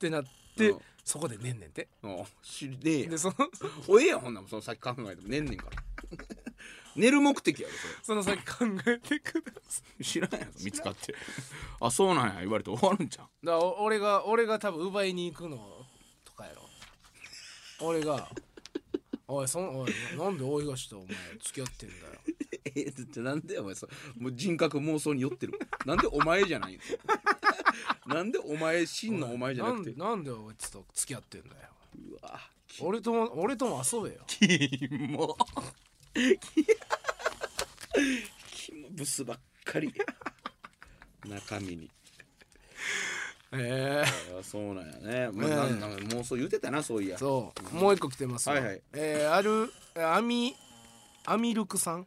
[SPEAKER 2] てなって、
[SPEAKER 4] うん
[SPEAKER 2] そこでねんねんて
[SPEAKER 4] お知りねえや
[SPEAKER 2] でその
[SPEAKER 4] おええやんほんなもんその先考えても寝んねんから [laughs] 寝る目的やろそ
[SPEAKER 2] その先考えてください
[SPEAKER 4] れ知らんやろ見つかってあそうなんや言われて終わるんじゃん
[SPEAKER 2] [laughs] だからお俺が俺が多分奪いに行くのとかやろ俺が「おいそんおいなんで大東とお前付き合ってんだよ」
[SPEAKER 4] えだってなんでお前さもう人格妄想に酔ってるなんでお前じゃないん
[SPEAKER 1] [laughs]
[SPEAKER 4] なんでお前真のお前じゃなくて
[SPEAKER 2] んなんでおいつと付き合ってんだよ
[SPEAKER 4] うわ
[SPEAKER 2] 俺とも俺とも遊べよ
[SPEAKER 4] キモ
[SPEAKER 1] キモブスばっかり中身に
[SPEAKER 2] ええ
[SPEAKER 1] あそうなんやね、まあ、なんなんか妄想言うてたなそういや
[SPEAKER 2] そうもう一個来てますよ、
[SPEAKER 1] はいはい
[SPEAKER 2] えーあるえーアミアミルクさん、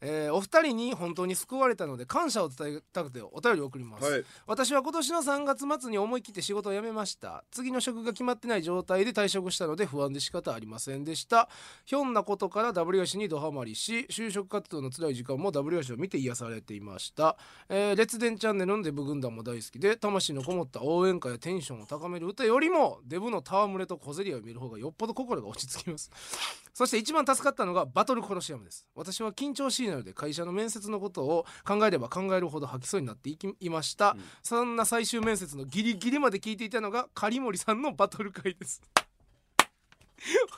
[SPEAKER 2] えーお二人に本当に救われたので感謝を伝えたくてお便りを送ります、
[SPEAKER 1] はい
[SPEAKER 2] 私は今年の3月末に思い切って仕事を辞めました次の職が決まってない状態で退職したので不安で仕方ありませんでしたひょんなことから W 氏にドハマりし就職活動の辛い時間も W 氏を見て癒されていました、えー列伝チャンネルのデブ軍団も大好きで魂のこもった応援歌やテンションを高める歌よりもデブの戯れと小競り合いを見る方がよっぽど心が落ち着きます [laughs] そして一番助かったのがバトルコロシアムです。私は緊張しいなので会社の面接のことを考えれば考えるほど吐きそうになっていきいました、そんな最終面接のギリギリまで聞いていたのが狩森さんのバトル会です。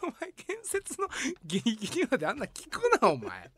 [SPEAKER 2] お前建設のギリギリまであんな聞くなお前、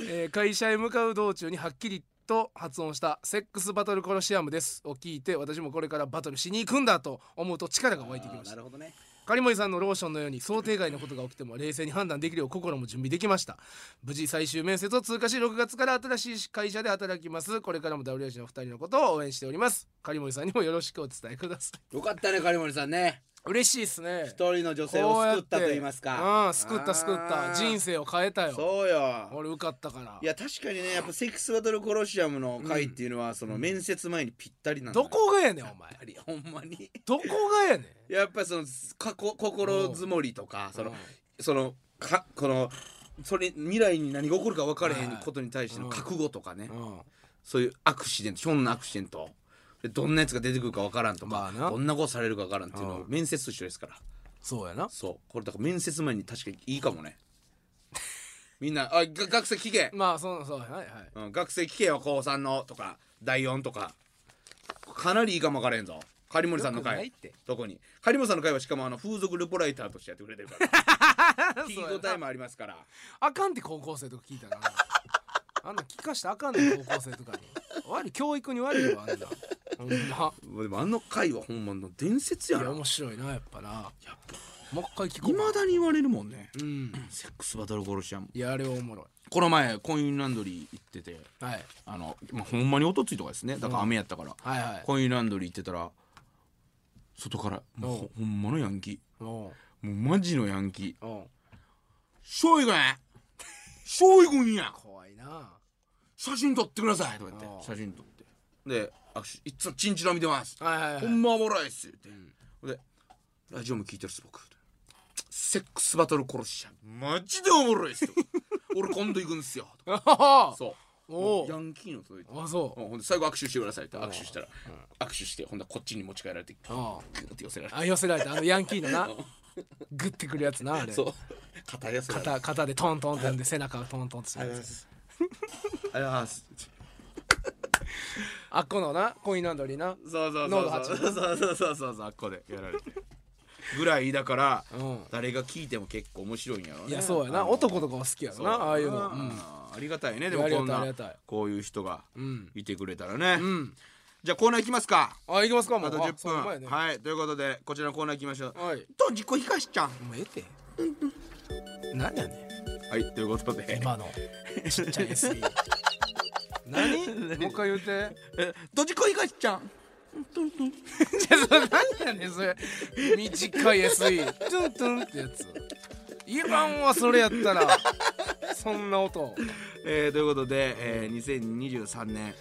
[SPEAKER 2] えー会社へ向かう道中にはっきりと発音した「セックスバトルコロシアムです」を聞いて私もこれからバトルしに行くんだと思うと力が湧いてきました
[SPEAKER 1] あーなるほどね
[SPEAKER 2] 狩森さんのローションのように想定外のことが起きても冷静に判断できるよう心も準備できました無事最終面接を通過し6月から新しい会社で働きますこれからも WH のお二人のことを応援しております狩森さんにもよろしくお伝えください
[SPEAKER 1] よかったね狩森さんね
[SPEAKER 2] 嬉しいですね
[SPEAKER 1] 一人の女性を救ったと言いますか
[SPEAKER 2] うん救った救った人
[SPEAKER 1] 生
[SPEAKER 2] 生を変えたよ
[SPEAKER 1] そうよ
[SPEAKER 2] 俺受かったから
[SPEAKER 1] いや確かにねやっぱセックスバトルコロシアムの回っていうのは、その面接前にぴったりなんだね
[SPEAKER 2] どこがやねんお前
[SPEAKER 1] やっぱりほんまに
[SPEAKER 2] どこがやねん
[SPEAKER 1] やっぱそのかこ心づもりとかその、そのかこのそれ未来に何が起こるか分からへんことに対しての覚悟とかね、
[SPEAKER 2] うん
[SPEAKER 1] そういうアクシデントひょんなアクシデントでどんなやつが出てくるか分からんと
[SPEAKER 2] まあ
[SPEAKER 1] か、
[SPEAKER 2] な
[SPEAKER 1] どんなことされるか分からんっていうのを
[SPEAKER 2] うん
[SPEAKER 1] 面接と一緒ですから
[SPEAKER 2] そうやな
[SPEAKER 1] そうこれだから面接前に確かにいいかもねみんなあが学生聞け、
[SPEAKER 2] まあそうそうやなはいはい
[SPEAKER 1] うん、学生聞けよ高3のとか第4とかかなりいいかも分からへんぞ狩森さんの
[SPEAKER 2] よくないっ
[SPEAKER 1] 会
[SPEAKER 2] て
[SPEAKER 1] 特に狩森さんの会はしかもあの風俗ルポライターとしてやってくれてるから [laughs] 聞き
[SPEAKER 2] [laughs] そうや
[SPEAKER 1] 応
[SPEAKER 2] な
[SPEAKER 1] えもありますから
[SPEAKER 2] あかんって高校生とか聞いたら
[SPEAKER 1] [laughs]
[SPEAKER 2] あんなあんな聞かしてあかんねん高校生とかに悪い教育に悪いよあんなほんま
[SPEAKER 1] でもあの回はほんまの伝説や
[SPEAKER 2] いや
[SPEAKER 1] な
[SPEAKER 2] 面白いなやっぱな
[SPEAKER 1] やっぱ
[SPEAKER 2] もう一回聞こう
[SPEAKER 1] いまだに言われるもんね
[SPEAKER 2] うん
[SPEAKER 1] セックスバトル殺しやもん
[SPEAKER 2] いやあれはおもろ
[SPEAKER 4] この前コインランドリー行ってて
[SPEAKER 2] い、はい、
[SPEAKER 4] あの、まあ、ほんまにおとついとかですねだから雨やったから、
[SPEAKER 2] はいはい
[SPEAKER 4] コインランドリー行ってたら外からもう
[SPEAKER 2] おう
[SPEAKER 4] ほほんまのヤンキ
[SPEAKER 2] おう
[SPEAKER 4] ーもうマジのヤンキー
[SPEAKER 2] おう
[SPEAKER 4] 翔くん翔君や
[SPEAKER 2] 怖いな
[SPEAKER 4] 写真撮ってくださいとか言
[SPEAKER 2] お
[SPEAKER 4] っ
[SPEAKER 2] う
[SPEAKER 4] て写真撮ってであしいつもチンチラ見てます
[SPEAKER 2] はいはいはい
[SPEAKER 4] ほんまおもろいっすって、でラジオも聞いてるっす僕セックスバトル殺しちゃうマジでおもろいっすよ [laughs] 俺今度行くんすよとか
[SPEAKER 2] あ
[SPEAKER 4] そう
[SPEAKER 2] おう
[SPEAKER 1] ヤンキーの届い
[SPEAKER 2] [laughs]
[SPEAKER 1] て
[SPEAKER 2] あそう
[SPEAKER 4] うんほんで最後握手してくださいって握手したら握手してほんでこっちに持ち帰られてグ
[SPEAKER 2] あ
[SPEAKER 4] ーって寄せられて
[SPEAKER 2] あ寄せられたあ [laughs] のヤンキーのなグッてくるやつなあれ
[SPEAKER 1] そう肩寄せられて
[SPEAKER 2] 肩肩でトントンってんで背中をトントンってす
[SPEAKER 1] あり
[SPEAKER 2] る
[SPEAKER 1] がとうござい
[SPEAKER 2] や
[SPEAKER 1] ま
[SPEAKER 4] [laughs]
[SPEAKER 2] つ
[SPEAKER 1] すありがとうございます
[SPEAKER 2] あっこのなコインランドリーな
[SPEAKER 1] そうそう
[SPEAKER 2] 濃度八
[SPEAKER 1] そうそうそうそうそうそうそうあっこでやられてぐらいだから、
[SPEAKER 2] うん
[SPEAKER 1] 誰が聞いても結構面白いんやろね
[SPEAKER 2] いやそうやな男とかは好きやろなああいうのうん
[SPEAKER 1] ありがたいねでも
[SPEAKER 2] ありが
[SPEAKER 1] こ
[SPEAKER 2] たい
[SPEAKER 1] ん
[SPEAKER 2] あ
[SPEAKER 1] な
[SPEAKER 2] りがたい
[SPEAKER 1] こういう人が
[SPEAKER 2] うん
[SPEAKER 1] いてくれたらね、
[SPEAKER 2] うん
[SPEAKER 1] じゃあコーナー行きますか
[SPEAKER 2] あ、行きますか、もう。
[SPEAKER 1] あと
[SPEAKER 2] あそう
[SPEAKER 1] 10
[SPEAKER 2] 前
[SPEAKER 1] 分、
[SPEAKER 2] ねは
[SPEAKER 1] はいということでこちらのコーナー行きましょう
[SPEAKER 2] い。はい。
[SPEAKER 1] と自己東ちゃん
[SPEAKER 2] もうええて。何やね
[SPEAKER 1] はいということで
[SPEAKER 2] [laughs] ん。今の。ちっちゃい SE。何もう一回言う [laughs] て
[SPEAKER 1] えドジコイガシちゃん
[SPEAKER 2] じゃあそれ何やねんそれ短い SE トゥントゥンってや [laughs] つ言わんわそれやったらそんな音
[SPEAKER 1] えー、ということで、えー、2023年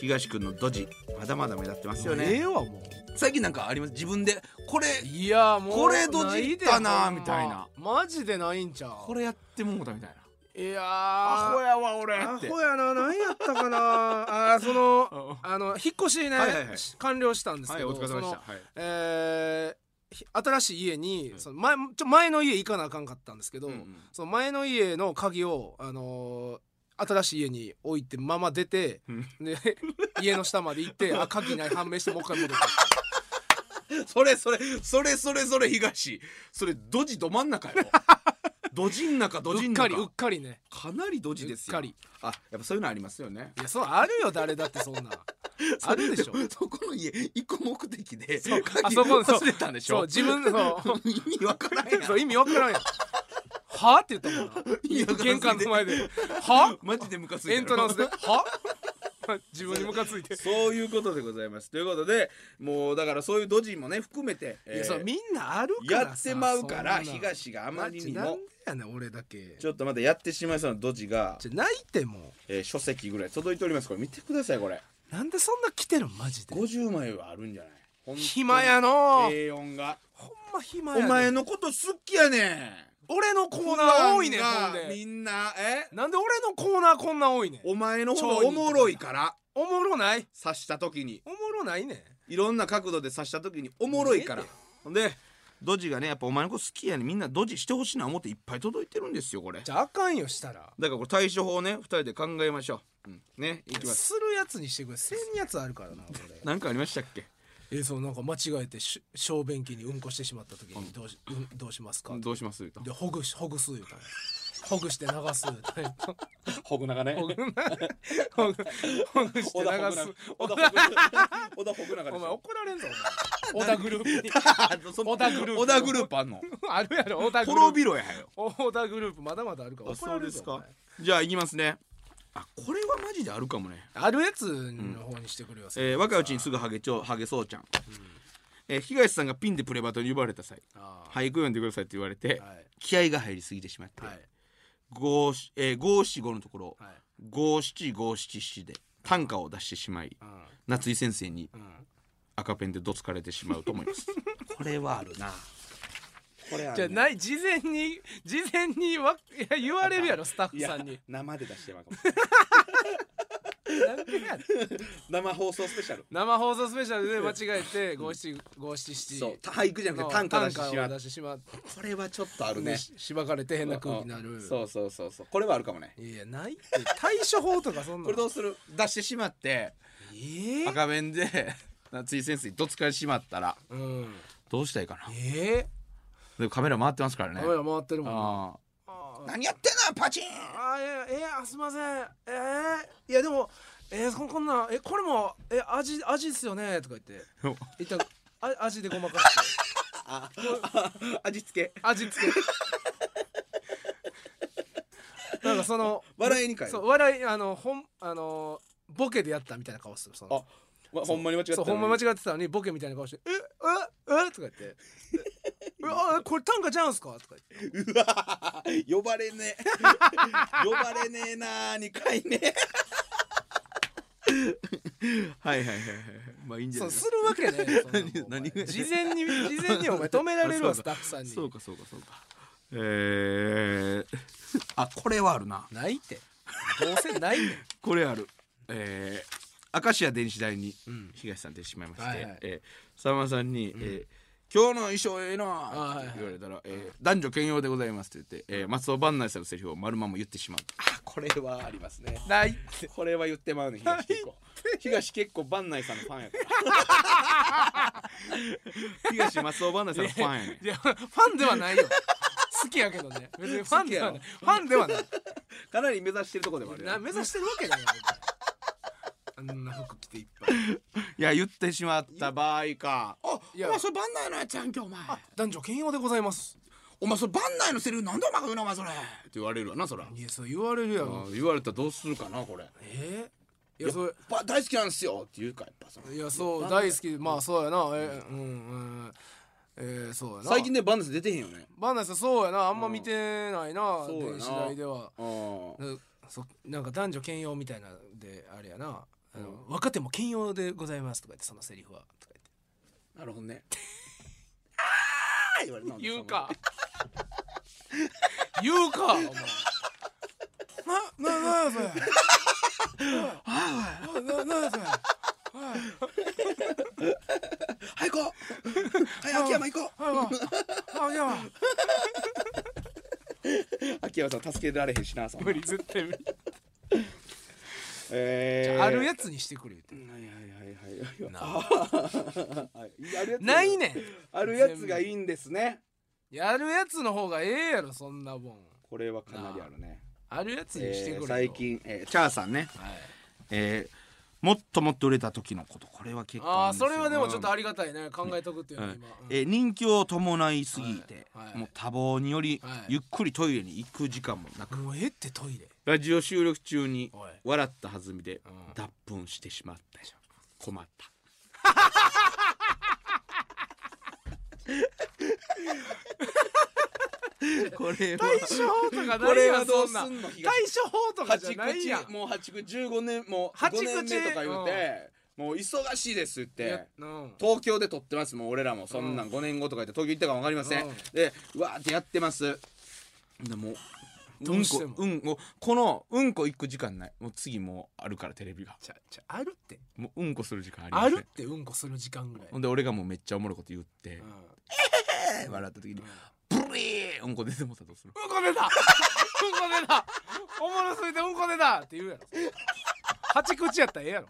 [SPEAKER 1] 東くんのドジまだまだ目立ってますよ
[SPEAKER 2] え
[SPEAKER 1] ね
[SPEAKER 2] えわも
[SPEAKER 1] 最近なんかあります自分でこれ
[SPEAKER 2] ういやもう
[SPEAKER 1] これドジ
[SPEAKER 2] ないで
[SPEAKER 1] ったな
[SPEAKER 2] ほんま
[SPEAKER 1] みたいな
[SPEAKER 2] マジでないんちゃ
[SPEAKER 1] こ
[SPEAKER 2] う
[SPEAKER 1] れやってもうたみたいな
[SPEAKER 2] こいやー
[SPEAKER 1] アホやわ俺
[SPEAKER 2] ア
[SPEAKER 1] って
[SPEAKER 2] ホやな何やった
[SPEAKER 1] [laughs]
[SPEAKER 2] かなあーそのあの引っ越しね、
[SPEAKER 1] はいはいはい
[SPEAKER 2] 完了したんです
[SPEAKER 1] は
[SPEAKER 2] け
[SPEAKER 1] い
[SPEAKER 2] ど、
[SPEAKER 1] お疲れ様でし
[SPEAKER 2] そ
[SPEAKER 1] た
[SPEAKER 2] の
[SPEAKER 1] はい
[SPEAKER 2] えーひ新しい家に、その前ちょ前の家行かなあかんかったんですけど、
[SPEAKER 1] うんうん
[SPEAKER 2] その前の家の鍵を、あのー新しい家に置いてまま出て、で家の下まで行
[SPEAKER 1] [laughs]
[SPEAKER 2] ってあ鍵ない判明してもう一回戻ってきた
[SPEAKER 1] それそれそれそれそれ東それドジど真ん [laughs] 中よドジん中ドジ
[SPEAKER 2] うんっ
[SPEAKER 1] 中
[SPEAKER 2] かりうっかりね
[SPEAKER 1] かなりドジですよ
[SPEAKER 2] うっかり
[SPEAKER 1] あやっぱそういうのありますよね
[SPEAKER 2] いやそうあるよ誰だって
[SPEAKER 1] [laughs]
[SPEAKER 2] そんなあるでしょ
[SPEAKER 1] そこの家一個目的で
[SPEAKER 2] そうあ
[SPEAKER 1] 鍵
[SPEAKER 2] そこそう
[SPEAKER 1] 忘れたんでし
[SPEAKER 2] そう
[SPEAKER 1] ょ
[SPEAKER 2] 自分の
[SPEAKER 1] 意味わからんやん [laughs]
[SPEAKER 2] そう意味わからんやんはって言ったもん
[SPEAKER 1] 意
[SPEAKER 2] な
[SPEAKER 1] 味わからん
[SPEAKER 2] 玄関の前では
[SPEAKER 1] マジでムカついた
[SPEAKER 2] エントランスで
[SPEAKER 1] で
[SPEAKER 2] は自分にムカついて
[SPEAKER 1] そういうことでございますということでもうだからそういうドジもね含めて、えー
[SPEAKER 2] いやそうみんなあるから
[SPEAKER 1] やってまうから
[SPEAKER 2] そんな
[SPEAKER 1] 東があまりに
[SPEAKER 2] マジなん
[SPEAKER 1] も
[SPEAKER 2] でやねん俺だけ
[SPEAKER 1] ちょっとまだやってしまいそうなドジが、
[SPEAKER 2] じゃ泣いても
[SPEAKER 1] えー書籍ぐらい届いておりますこれ見てくださいこれ
[SPEAKER 2] なんでそんな来てるのマジで
[SPEAKER 1] 50枚はあるんじゃないほんとに
[SPEAKER 2] 暇やの、
[SPEAKER 1] A4 が
[SPEAKER 2] ほんま暇や
[SPEAKER 1] お
[SPEAKER 2] ねん
[SPEAKER 1] 前のこと好きやねん
[SPEAKER 2] 俺のコーナー多いねんほん
[SPEAKER 1] 不安がみ
[SPEAKER 2] で
[SPEAKER 1] んなえ
[SPEAKER 2] なんで俺のコーナーこんな多いねん
[SPEAKER 1] お前の方がおもろいから
[SPEAKER 2] おもろない
[SPEAKER 1] 刺した時に
[SPEAKER 2] おもろないねん
[SPEAKER 1] いろんな角度で刺した時におもろいから
[SPEAKER 2] ね
[SPEAKER 1] ほんでドジがねやっぱお前のこと好きやねんみんなドジしてほしいな思っていっぱい届いてるんですよこれ
[SPEAKER 2] じゃああかんよしたら
[SPEAKER 1] だからこれ対処法ね二人で考えましょう、うん、ねいきます
[SPEAKER 2] するやつにしてくれせんやつあるからな俺
[SPEAKER 1] なんかありましたっけ
[SPEAKER 2] えそうなんか間違えてし小便器にうんこしてしまった時にどうし,、うん、どうしますか
[SPEAKER 1] どうします言うと
[SPEAKER 2] でほぐしほぐす言うたんやほぐして流す言うたんや
[SPEAKER 1] ほぐながね
[SPEAKER 2] ほぐほぐほぐして流す
[SPEAKER 1] [laughs] 小田ほぐなが
[SPEAKER 2] お前怒られんぞお [laughs] 前小田グループに
[SPEAKER 1] [laughs] 小田グループ小田グループあんの
[SPEAKER 2] あるやろ小田グルー
[SPEAKER 1] 滅
[SPEAKER 2] プ
[SPEAKER 1] びろやよ
[SPEAKER 2] 小田グループまだまだあるから怒られるぞお前
[SPEAKER 1] じゃあいきますねあこれはマジであるかもね
[SPEAKER 2] あるやつの方にしてくれよ、
[SPEAKER 1] えー若いうちにすぐハゲちょハゲそうちゃん、えー東さんがピンでプレバトに呼ばれた際
[SPEAKER 2] あ
[SPEAKER 1] 俳句読んでくださいって言われて、
[SPEAKER 2] ーはい
[SPEAKER 1] 気合が入りすぎてしまって
[SPEAKER 2] はい
[SPEAKER 1] 五七えー五七五のところ
[SPEAKER 2] はい
[SPEAKER 1] 五七五七七で短歌を出してしまい夏井先生に
[SPEAKER 2] うん、うん、
[SPEAKER 1] 赤ペンでどつかれてしまうと思います [laughs] これはあるなこれあ
[SPEAKER 2] じゃあない事前に [laughs] 事前にわいや言われるやろスタッフさんに
[SPEAKER 1] 生で出してまうかも [laughs]
[SPEAKER 2] なんでやねん
[SPEAKER 1] 生放送スペシャル
[SPEAKER 2] 生放送スペシャルで間違えて五七五七七
[SPEAKER 1] そう俳句じゃなくて短歌出してしま
[SPEAKER 2] を
[SPEAKER 1] う
[SPEAKER 2] 出してしまう
[SPEAKER 1] これはちょっとあるね
[SPEAKER 2] でししばかれて変な空気にな
[SPEAKER 1] うん
[SPEAKER 2] る
[SPEAKER 1] そうそうそうそうこれはあるかもね
[SPEAKER 2] いやないって対処法とかそんなの
[SPEAKER 1] これどうする出してしまって
[SPEAKER 2] えー
[SPEAKER 1] 赤面で [laughs] 夏井先生にどつかれてしまったら
[SPEAKER 2] うん
[SPEAKER 1] どうしたらいいかな
[SPEAKER 2] え
[SPEAKER 1] でもカメラ回ってますからね
[SPEAKER 2] カメラ回ってるもんな
[SPEAKER 1] あ
[SPEAKER 2] あ
[SPEAKER 1] ー
[SPEAKER 2] ー
[SPEAKER 1] 何やってんのパチン
[SPEAKER 2] [laughs] あーいやいやすいませんえー、いやでもえー、ここんなんえこれもえ味味ですよねとか言って一旦あ味でごまかして
[SPEAKER 1] あ味付け
[SPEAKER 2] 味
[SPEAKER 1] [laughs]
[SPEAKER 2] 付けなんかその
[SPEAKER 1] 笑いに変える
[SPEAKER 2] そう笑いあのほんあのボケでやったみたいな顔するその
[SPEAKER 1] あわほんまに間違って
[SPEAKER 2] そうほんま間違ってたのにボケみたいな顔して「えええとか言って「えあこれ短歌ちゃうんすか?」とか言って
[SPEAKER 1] うわ呼ばれねえ呼ばれねえ [laughs] なー2回ねはいはいはいはいまあいいんじゃ
[SPEAKER 2] そ
[SPEAKER 1] な
[SPEAKER 2] う
[SPEAKER 1] いです
[SPEAKER 2] るわけね
[SPEAKER 1] すか
[SPEAKER 2] えよそんなもんお前
[SPEAKER 1] 何何が
[SPEAKER 2] 事前に事前にお前止められるわ
[SPEAKER 1] [laughs] あ
[SPEAKER 2] ス
[SPEAKER 1] そうか
[SPEAKER 2] タッフさんに
[SPEAKER 1] そうかそうかそうかえー、あこれはあるな
[SPEAKER 2] ないってどうせないねん
[SPEAKER 1] これあるえー、明石家電子台に
[SPEAKER 2] うん
[SPEAKER 1] 東さん出てしまいまして、
[SPEAKER 2] はいはい
[SPEAKER 1] えーさんまさんに、えー今日の衣装ええ
[SPEAKER 2] あ
[SPEAKER 1] な」
[SPEAKER 2] は
[SPEAKER 1] っ
[SPEAKER 2] い
[SPEAKER 1] て
[SPEAKER 2] はい
[SPEAKER 1] 言われたら、えー男女兼用でございます」って言って、えー松尾万内さんのセリフを丸まま言ってしまうあこれはありますね
[SPEAKER 2] ないって
[SPEAKER 1] これは言ってまうね東結構東結構万内さんのファンやから
[SPEAKER 2] [laughs]
[SPEAKER 1] 東松尾万内さんのファンやねん
[SPEAKER 2] いやファンではないよ好きやけどね別にファンではないファンではない
[SPEAKER 1] かなり目指してるとこでもあるよ
[SPEAKER 2] な目指してるわけだよあんな服着ていっぱい
[SPEAKER 1] いや言ってしまった場合かあ
[SPEAKER 2] いや
[SPEAKER 1] お前それ万内のやつやんけお前
[SPEAKER 2] 男女兼用でございます
[SPEAKER 1] お前それ万内のセリフなんでお前が言うのお前それって言われるわなそら
[SPEAKER 2] いやそう言われるやろ
[SPEAKER 1] 言われたらどうするかなこれ
[SPEAKER 2] えいやそ
[SPEAKER 1] やっぱ大好きなんですよって言うかやっぱその
[SPEAKER 2] れいやそう
[SPEAKER 1] なんだ
[SPEAKER 2] 大好きまあそうやなえうんうんえーそうやな
[SPEAKER 1] 最近ねバンダス出てへんよね
[SPEAKER 2] バンナさんそうやなあんま見てないな、
[SPEAKER 1] そうやな
[SPEAKER 2] 電子代では
[SPEAKER 1] うん
[SPEAKER 2] なそなんか男女兼用みたいなのであれやなあの、若手も兼用でございますとか言ってそのセリフはとか
[SPEAKER 1] なるほどね [laughs] あー言われるな
[SPEAKER 2] 言って言うか [laughs] 言うかお前なななそれななそれ
[SPEAKER 1] [laughs] はい行こうはい秋山行こ
[SPEAKER 2] ああいや
[SPEAKER 1] う秋山さん助けられへんしなそんな
[SPEAKER 2] 無理絶対無理、
[SPEAKER 1] えー
[SPEAKER 2] あるやつにしてくれ言って
[SPEAKER 1] はいはいはいはい
[SPEAKER 2] な
[SPEAKER 1] [laughs] はいあるやつが
[SPEAKER 2] ないねん
[SPEAKER 1] あるやつがいいんですね
[SPEAKER 2] やるやつの方がええやろそんなもん
[SPEAKER 1] これはかなりあるね
[SPEAKER 2] あるやつにしてくれ
[SPEAKER 1] え
[SPEAKER 2] よ、
[SPEAKER 1] ー最近、えーチャーさんね、
[SPEAKER 2] はい
[SPEAKER 1] えーもっともっと売れた時のことこれは結構
[SPEAKER 2] あ
[SPEAKER 1] る
[SPEAKER 2] あ
[SPEAKER 1] んすよ
[SPEAKER 2] それはでもちょっとありがたいね考えとくっていうのは今、うん
[SPEAKER 1] えー人気を伴いすぎて、
[SPEAKER 2] はいはい
[SPEAKER 1] もう多忙により、
[SPEAKER 2] はい
[SPEAKER 1] ゆっくりトイレに行く時間もなく
[SPEAKER 2] もうええってトイレ
[SPEAKER 1] ラジオ収録中に
[SPEAKER 2] おい
[SPEAKER 1] 笑った弾みで
[SPEAKER 2] うん
[SPEAKER 1] 脱粉してしまった
[SPEAKER 2] [laughs]
[SPEAKER 1] 困ったこれは
[SPEAKER 2] 対処法とか
[SPEAKER 1] こ
[SPEAKER 2] ない
[SPEAKER 1] れ
[SPEAKER 2] や
[SPEAKER 1] は
[SPEAKER 2] ん
[SPEAKER 1] ど
[SPEAKER 2] そ
[SPEAKER 1] うんす
[SPEAKER 2] なん
[SPEAKER 1] んの
[SPEAKER 2] 対処法とかじゃないや
[SPEAKER 1] 八
[SPEAKER 2] ん
[SPEAKER 1] 口もう八口15年もう
[SPEAKER 2] 八口
[SPEAKER 1] 5年目とか言って、もう忙しいですって
[SPEAKER 2] い
[SPEAKER 1] 言
[SPEAKER 2] や
[SPEAKER 1] って
[SPEAKER 2] うん
[SPEAKER 1] 東京で撮ってますもう俺らもそんな
[SPEAKER 2] うん
[SPEAKER 1] ん5年後とか言って東京行ったか分かりません、
[SPEAKER 2] うん
[SPEAKER 1] でうわーってやってますでもう
[SPEAKER 2] どうしても
[SPEAKER 1] うんこうんここのうんこ行く時間ないもう次もうあるからテレビが
[SPEAKER 2] ちゃちゃあるって
[SPEAKER 1] もううんこする時間ありま
[SPEAKER 2] あ
[SPEAKER 1] せん
[SPEAKER 2] るってうんこする時間ぐらい、
[SPEAKER 1] ほんで俺がもうめっちゃおもろいこと言って、
[SPEAKER 2] うん
[SPEAKER 1] えー笑った時にブリーうんこ出てもうたとする
[SPEAKER 2] うんこ出た [laughs] うんこ出たおもろすぎてうんこ出たって言うやろ八口やったらええやろ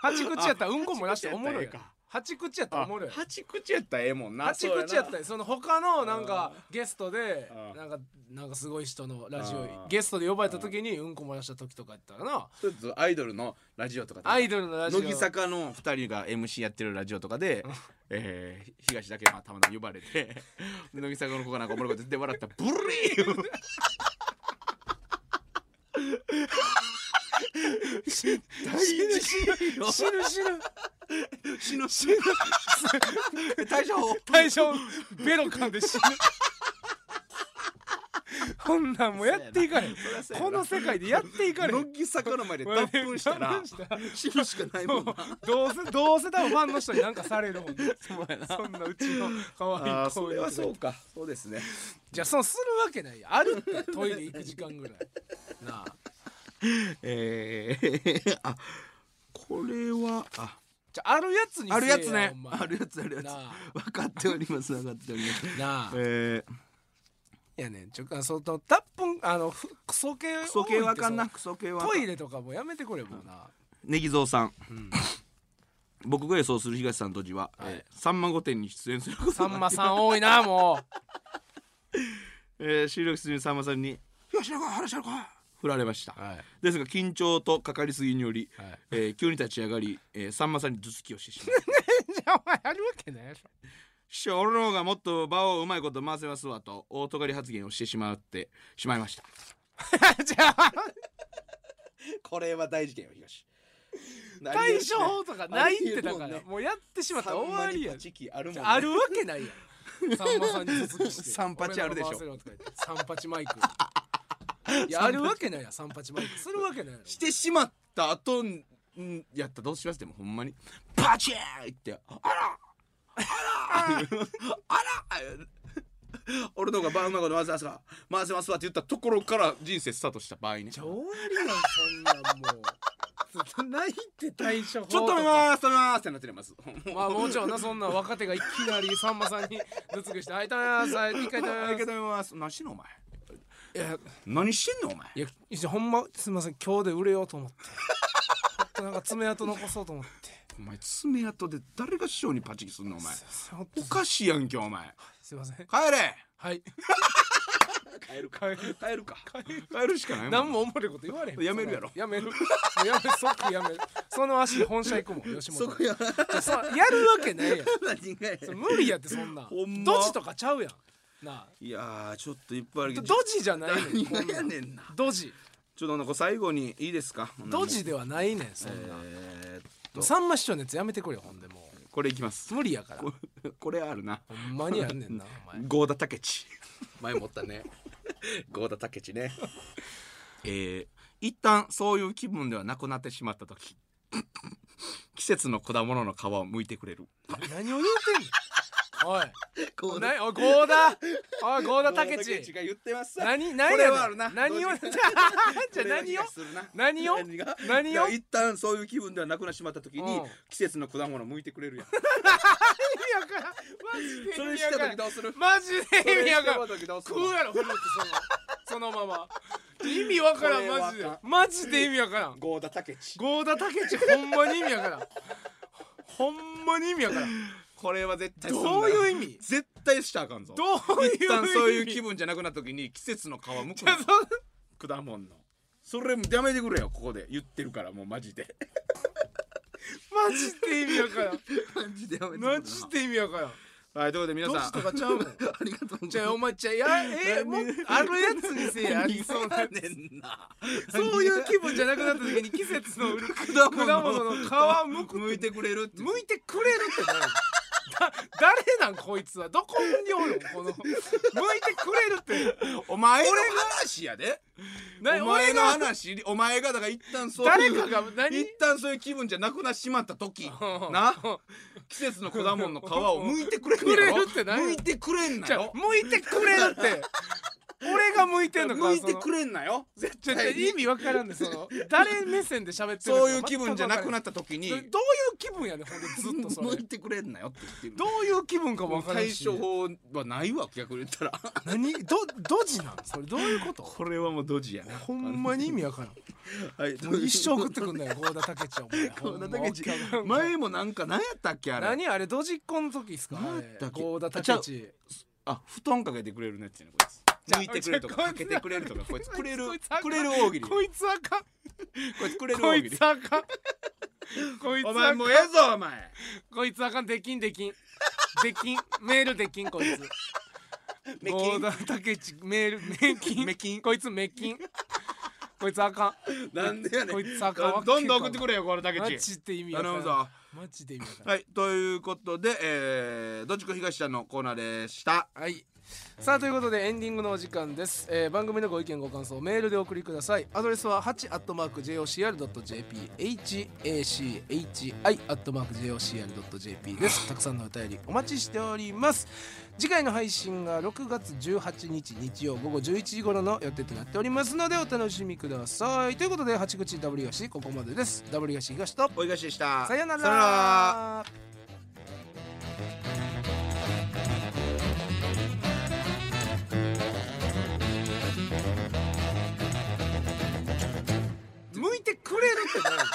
[SPEAKER 2] 八口やったらうんこも出しておもろいやろ八口やったらおもろいやろ
[SPEAKER 1] 八口やったらええもんな
[SPEAKER 2] 八口やった
[SPEAKER 1] ら
[SPEAKER 2] らその他のなんかゲストで
[SPEAKER 1] うん
[SPEAKER 2] なんかなんかすごい人のラジ
[SPEAKER 1] うん
[SPEAKER 2] オゲストで呼ばれた時にうんこ漏らした時とかやったらな
[SPEAKER 1] ちょっとアイドルのラジオとかで
[SPEAKER 2] アイドルのラジオ
[SPEAKER 1] 乃木坂の2人が MC やってるラジオとかで、えー東だけまあたまたま呼ばれて [laughs] 乃木坂の子がなんかおもろいこと言って笑ったらブリー大事よ
[SPEAKER 2] 死ぬ死
[SPEAKER 1] [laughs]
[SPEAKER 2] ぬ
[SPEAKER 1] 死ぬ死ぬ大丈夫
[SPEAKER 2] 大将ベロ噛んで死
[SPEAKER 1] [laughs]
[SPEAKER 2] ぬこんなんもうやっていかれん [laughs] この世界でやっていかれ
[SPEAKER 1] [laughs]
[SPEAKER 2] ん
[SPEAKER 1] 乃木坂の前で脱粉したら死ぬしかないもんな
[SPEAKER 2] どうせどうせ多分ファンの人になんかされるもんね
[SPEAKER 1] そうやな
[SPEAKER 2] そんなうちの可愛い
[SPEAKER 1] あー
[SPEAKER 2] 子
[SPEAKER 1] それはそうかそうですね
[SPEAKER 2] じゃあそうするわけないやんあるってトイレ行く時間ぐらいなあ
[SPEAKER 1] えー、 [laughs] あこれはあ
[SPEAKER 2] じゃああるやつにせえよ
[SPEAKER 1] あるやつね
[SPEAKER 2] お前
[SPEAKER 1] あるやつあるやつ
[SPEAKER 2] なあ
[SPEAKER 1] 分かっており
[SPEAKER 2] [laughs]
[SPEAKER 1] ます分かっております
[SPEAKER 2] なあ [laughs]
[SPEAKER 1] えー、
[SPEAKER 2] いやねんちょあそのタップンあのふクソ系
[SPEAKER 1] クソ系わかん
[SPEAKER 2] 多いっ
[SPEAKER 1] な
[SPEAKER 2] て
[SPEAKER 1] クソ系
[SPEAKER 2] そ
[SPEAKER 1] は
[SPEAKER 2] のトイレとかもうやめてくれもうな
[SPEAKER 1] ネギゾウさん、僕が予想する東さんとじは、
[SPEAKER 2] はい
[SPEAKER 1] えー、さんま御殿に出演すること
[SPEAKER 2] さんまさん多いなも
[SPEAKER 1] えー、収録中にさんまさんに「東野君話しろか」振られました、
[SPEAKER 2] うはい
[SPEAKER 1] ですが緊張とかかりすぎにより、
[SPEAKER 2] はい
[SPEAKER 1] えー急に立ち上がり、えー、さんまさんに頭突きをしてしま
[SPEAKER 2] [laughs]
[SPEAKER 1] った
[SPEAKER 2] [laughs] じゃあお前あるわけない
[SPEAKER 1] [laughs]
[SPEAKER 2] でしょ
[SPEAKER 1] 師匠俺の方がもっと場をうまいこと回せますわと大尖り発言をしてしまってしまいました
[SPEAKER 2] じゃあ
[SPEAKER 1] これは大事件よ東
[SPEAKER 2] 対処法とかないってだから
[SPEAKER 1] ありえるもんね
[SPEAKER 2] もうやってしまったら終わりやん
[SPEAKER 1] チあるもん、
[SPEAKER 2] あるわけないやんさんまさんに続きして
[SPEAKER 1] 三八あるでしょ
[SPEAKER 2] 俺の回せろとか言って三八マイ [laughs] クいやあるわけないやん三八マイクするわけないやろ
[SPEAKER 1] してしまった後んやったらどうしますでもほんまにバチーンってあらあらあら俺の方がバーンなこと回せますわ回せますわって言ったところから人生スタートした場合ね
[SPEAKER 2] じ
[SPEAKER 1] ち
[SPEAKER 2] ゃあ
[SPEAKER 1] ょ
[SPEAKER 2] 終わりやんそんなん [laughs] もうずっとないって対処法
[SPEAKER 1] っと
[SPEAKER 2] か
[SPEAKER 1] 止めます止めますってなってます
[SPEAKER 2] まあもちろんなそんな若手がいきなりさんまさんに頭突きして「あいたなさい一回
[SPEAKER 1] あり
[SPEAKER 2] い
[SPEAKER 1] がとうございます何してんのお前
[SPEAKER 2] や
[SPEAKER 1] 何してんのお前
[SPEAKER 2] いやいやほんますいません今日で売れようと思ってほんとなんか爪痕残そうと思って
[SPEAKER 1] お前爪痕で誰が師匠にパチキすんのお前
[SPEAKER 2] すほんと
[SPEAKER 1] おかしいやんけお前
[SPEAKER 2] すいません
[SPEAKER 1] 帰れ
[SPEAKER 2] はい
[SPEAKER 1] 帰るか帰るか帰るしかないもん
[SPEAKER 2] 何もおもろいこと言われへん
[SPEAKER 1] やめるやろ
[SPEAKER 2] やめるもうやめ即やめるその足で本社行くもん吉
[SPEAKER 1] そ
[SPEAKER 2] 本
[SPEAKER 1] こや
[SPEAKER 2] じゃそやるわけないやん
[SPEAKER 1] 何がや
[SPEAKER 2] そ無理やってそんなん
[SPEAKER 1] ほんま
[SPEAKER 2] ドジとかちゃうやんなあ
[SPEAKER 1] いやーちょっといっぱいあるけ
[SPEAKER 2] ド
[SPEAKER 1] ど
[SPEAKER 2] ジじゃないのよ
[SPEAKER 1] 何がやねんな
[SPEAKER 2] ドジ
[SPEAKER 1] ちょっとなんか最後にいいですか
[SPEAKER 2] ドジではないねんそんな、
[SPEAKER 1] えーっと
[SPEAKER 2] さんま師匠のやつやめてくれよほんでも
[SPEAKER 1] これいきます [laughs]
[SPEAKER 2] う無理やから
[SPEAKER 1] ここれあるな
[SPEAKER 2] ほんまにやんねんなお前
[SPEAKER 1] 郷田武 [laughs] 智前持ったね郷田武智ね [laughs] えー、一旦そういう気分ではなくなってしまった時 [laughs] 季節の果物の皮を剥いてくれる
[SPEAKER 2] 何を言うてんのおいなおい郷田おい郷田武
[SPEAKER 1] 志
[SPEAKER 2] 智
[SPEAKER 1] が言ってます
[SPEAKER 2] 何何や
[SPEAKER 1] これ
[SPEAKER 2] ねん
[SPEAKER 1] はあるな
[SPEAKER 2] 何を
[SPEAKER 1] どう
[SPEAKER 2] [laughs] じゃあじゃあ何を何
[SPEAKER 1] 何
[SPEAKER 2] を
[SPEAKER 1] を何が
[SPEAKER 2] 何を
[SPEAKER 1] 一旦そういう気分ではなくなってしまった時に
[SPEAKER 2] うん
[SPEAKER 1] 季節の果物を剥いてくれるやん
[SPEAKER 2] 意味わから
[SPEAKER 1] それした時
[SPEAKER 2] ん
[SPEAKER 1] どうする
[SPEAKER 2] マジ
[SPEAKER 1] それ
[SPEAKER 2] で意味わ
[SPEAKER 1] し
[SPEAKER 2] からん
[SPEAKER 1] た時どうする
[SPEAKER 2] 食うやろフルーツそのそのまま
[SPEAKER 1] [laughs]
[SPEAKER 2] 意味わからん
[SPEAKER 1] これは
[SPEAKER 2] マ
[SPEAKER 1] あ
[SPEAKER 2] ジで
[SPEAKER 1] か
[SPEAKER 2] マジで意味わからん
[SPEAKER 1] 郷田武志
[SPEAKER 2] 郷田武志ほんまに意味わからんほんまに意味わからん
[SPEAKER 1] これは絶対すんな
[SPEAKER 2] どういう意味
[SPEAKER 1] 絶対したらあかんぞ
[SPEAKER 2] どういう意味
[SPEAKER 1] 一旦そういう気分じゃなくなった時に季節の皮むく
[SPEAKER 2] いや
[SPEAKER 1] の
[SPEAKER 2] そん
[SPEAKER 1] 果物のそれやめてくれよここで言ってるからもうマジで
[SPEAKER 2] マジで意味わからん
[SPEAKER 1] マジでやめ
[SPEAKER 2] マジで意味わからん
[SPEAKER 1] はいということで皆
[SPEAKER 2] どう
[SPEAKER 1] さ
[SPEAKER 2] し
[SPEAKER 1] ん
[SPEAKER 2] とかちゃうもん
[SPEAKER 1] ありがとうご
[SPEAKER 2] じ
[SPEAKER 1] ざい
[SPEAKER 2] ゃあ
[SPEAKER 1] ま
[SPEAKER 2] お前じゃあやえもうあるやつにせえあり
[SPEAKER 1] す
[SPEAKER 2] そうなやつ
[SPEAKER 1] ねんな
[SPEAKER 2] そういう気分じゃなくなった時に季節の
[SPEAKER 1] 果物
[SPEAKER 2] 果物の皮むく
[SPEAKER 1] 向いてくれるって
[SPEAKER 2] 向いてくれるって何だ [laughs] 誰なんこいつはどこにおるんこの向いてくれるって
[SPEAKER 1] お前の話やで
[SPEAKER 2] な
[SPEAKER 1] お前の
[SPEAKER 2] 俺が
[SPEAKER 1] 話お前がだから一旦そうい
[SPEAKER 2] 誰
[SPEAKER 1] う
[SPEAKER 2] かが何
[SPEAKER 1] 一旦そういう気分じゃなくなってしまった時
[SPEAKER 2] うん
[SPEAKER 1] な季節の果物の皮を剥いてくれん
[SPEAKER 2] くれ
[SPEAKER 1] やろ
[SPEAKER 2] るって何や
[SPEAKER 1] 剥いてくれんな
[SPEAKER 2] じゃ
[SPEAKER 1] よ
[SPEAKER 2] あ向いてくれるって俺が向いてんのか
[SPEAKER 1] 向いて
[SPEAKER 2] その
[SPEAKER 1] くれんなよ絶
[SPEAKER 2] ちょっと
[SPEAKER 1] 対に
[SPEAKER 2] 意味わからんねその誰目線で喋ってるのか
[SPEAKER 1] そういう気分じゃなくなった時に
[SPEAKER 2] 全くわからんどういう気分やねんほんでずっとそ
[SPEAKER 1] [laughs] 向
[SPEAKER 2] れ
[SPEAKER 1] いてくれんなよって言って
[SPEAKER 2] どういう気分かもわ
[SPEAKER 1] る
[SPEAKER 2] からん
[SPEAKER 1] 対
[SPEAKER 2] し
[SPEAKER 1] 処法はないわ逆に言ったら
[SPEAKER 2] 何どドジなんそれどういうこと
[SPEAKER 1] これはもうドジや
[SPEAKER 2] [laughs]
[SPEAKER 1] な
[SPEAKER 2] ほんまに意味わからん
[SPEAKER 1] はい
[SPEAKER 2] もう一生食ってくん
[SPEAKER 1] [laughs]
[SPEAKER 2] なよ郷田武智はお前
[SPEAKER 1] こんなだけじ
[SPEAKER 2] ほんま
[SPEAKER 1] 前もなんか何やったっけあれ
[SPEAKER 2] 何あれドジっ子の時ですか
[SPEAKER 1] 何やったっけ
[SPEAKER 2] 郷田
[SPEAKER 1] あちゃ
[SPEAKER 2] 武
[SPEAKER 1] う
[SPEAKER 2] 智
[SPEAKER 1] あ布団かけてくれるねっていうのこいつ
[SPEAKER 2] じゃあ
[SPEAKER 1] 向いてくれるとか
[SPEAKER 2] じゃあ
[SPEAKER 1] かけてくれるとかこいつくれる
[SPEAKER 2] こいつあかん
[SPEAKER 1] くれる大喜利こ
[SPEAKER 2] こいつあかん
[SPEAKER 1] いつくれる
[SPEAKER 2] こ
[SPEAKER 1] 大喜
[SPEAKER 2] い
[SPEAKER 1] 利
[SPEAKER 2] つあ
[SPEAKER 1] [laughs]
[SPEAKER 2] かんこいつ
[SPEAKER 1] お
[SPEAKER 2] あ
[SPEAKER 1] 前
[SPEAKER 2] かん
[SPEAKER 1] もうええぞお前
[SPEAKER 2] こいつあかんできんできんできんメールできんこい
[SPEAKER 1] [laughs]
[SPEAKER 2] つ
[SPEAKER 1] メキン
[SPEAKER 2] 郷田武智メールメキン
[SPEAKER 1] メキン
[SPEAKER 2] こいつメキンこいつあ
[SPEAKER 1] [laughs]
[SPEAKER 2] かん
[SPEAKER 1] なんでやね
[SPEAKER 2] こいつあかんわ
[SPEAKER 1] どんどん送ってくれよこれだけ
[SPEAKER 2] マ
[SPEAKER 1] ち
[SPEAKER 2] ジで意味わからん
[SPEAKER 1] 頼むぞ
[SPEAKER 2] マジで意味わからん
[SPEAKER 1] はいということでえーどっちこ東ちゃんのコーナーでした
[SPEAKER 2] はい。さあということでエンディングのお時間です、えー番組のご意見ご感想メールでお送りくださいアドレスは 8-jocr.jp hachi-jocr.jp ですたくさんのお便りお待ちしております次回の配信が6月18日日曜午後11時頃の予定となっておりますのでお楽しみくださいということで八口 W 東ここまでです W 東東と
[SPEAKER 1] お東でした
[SPEAKER 2] さよな
[SPEAKER 1] さよなら
[SPEAKER 2] ら向いてくれるって何や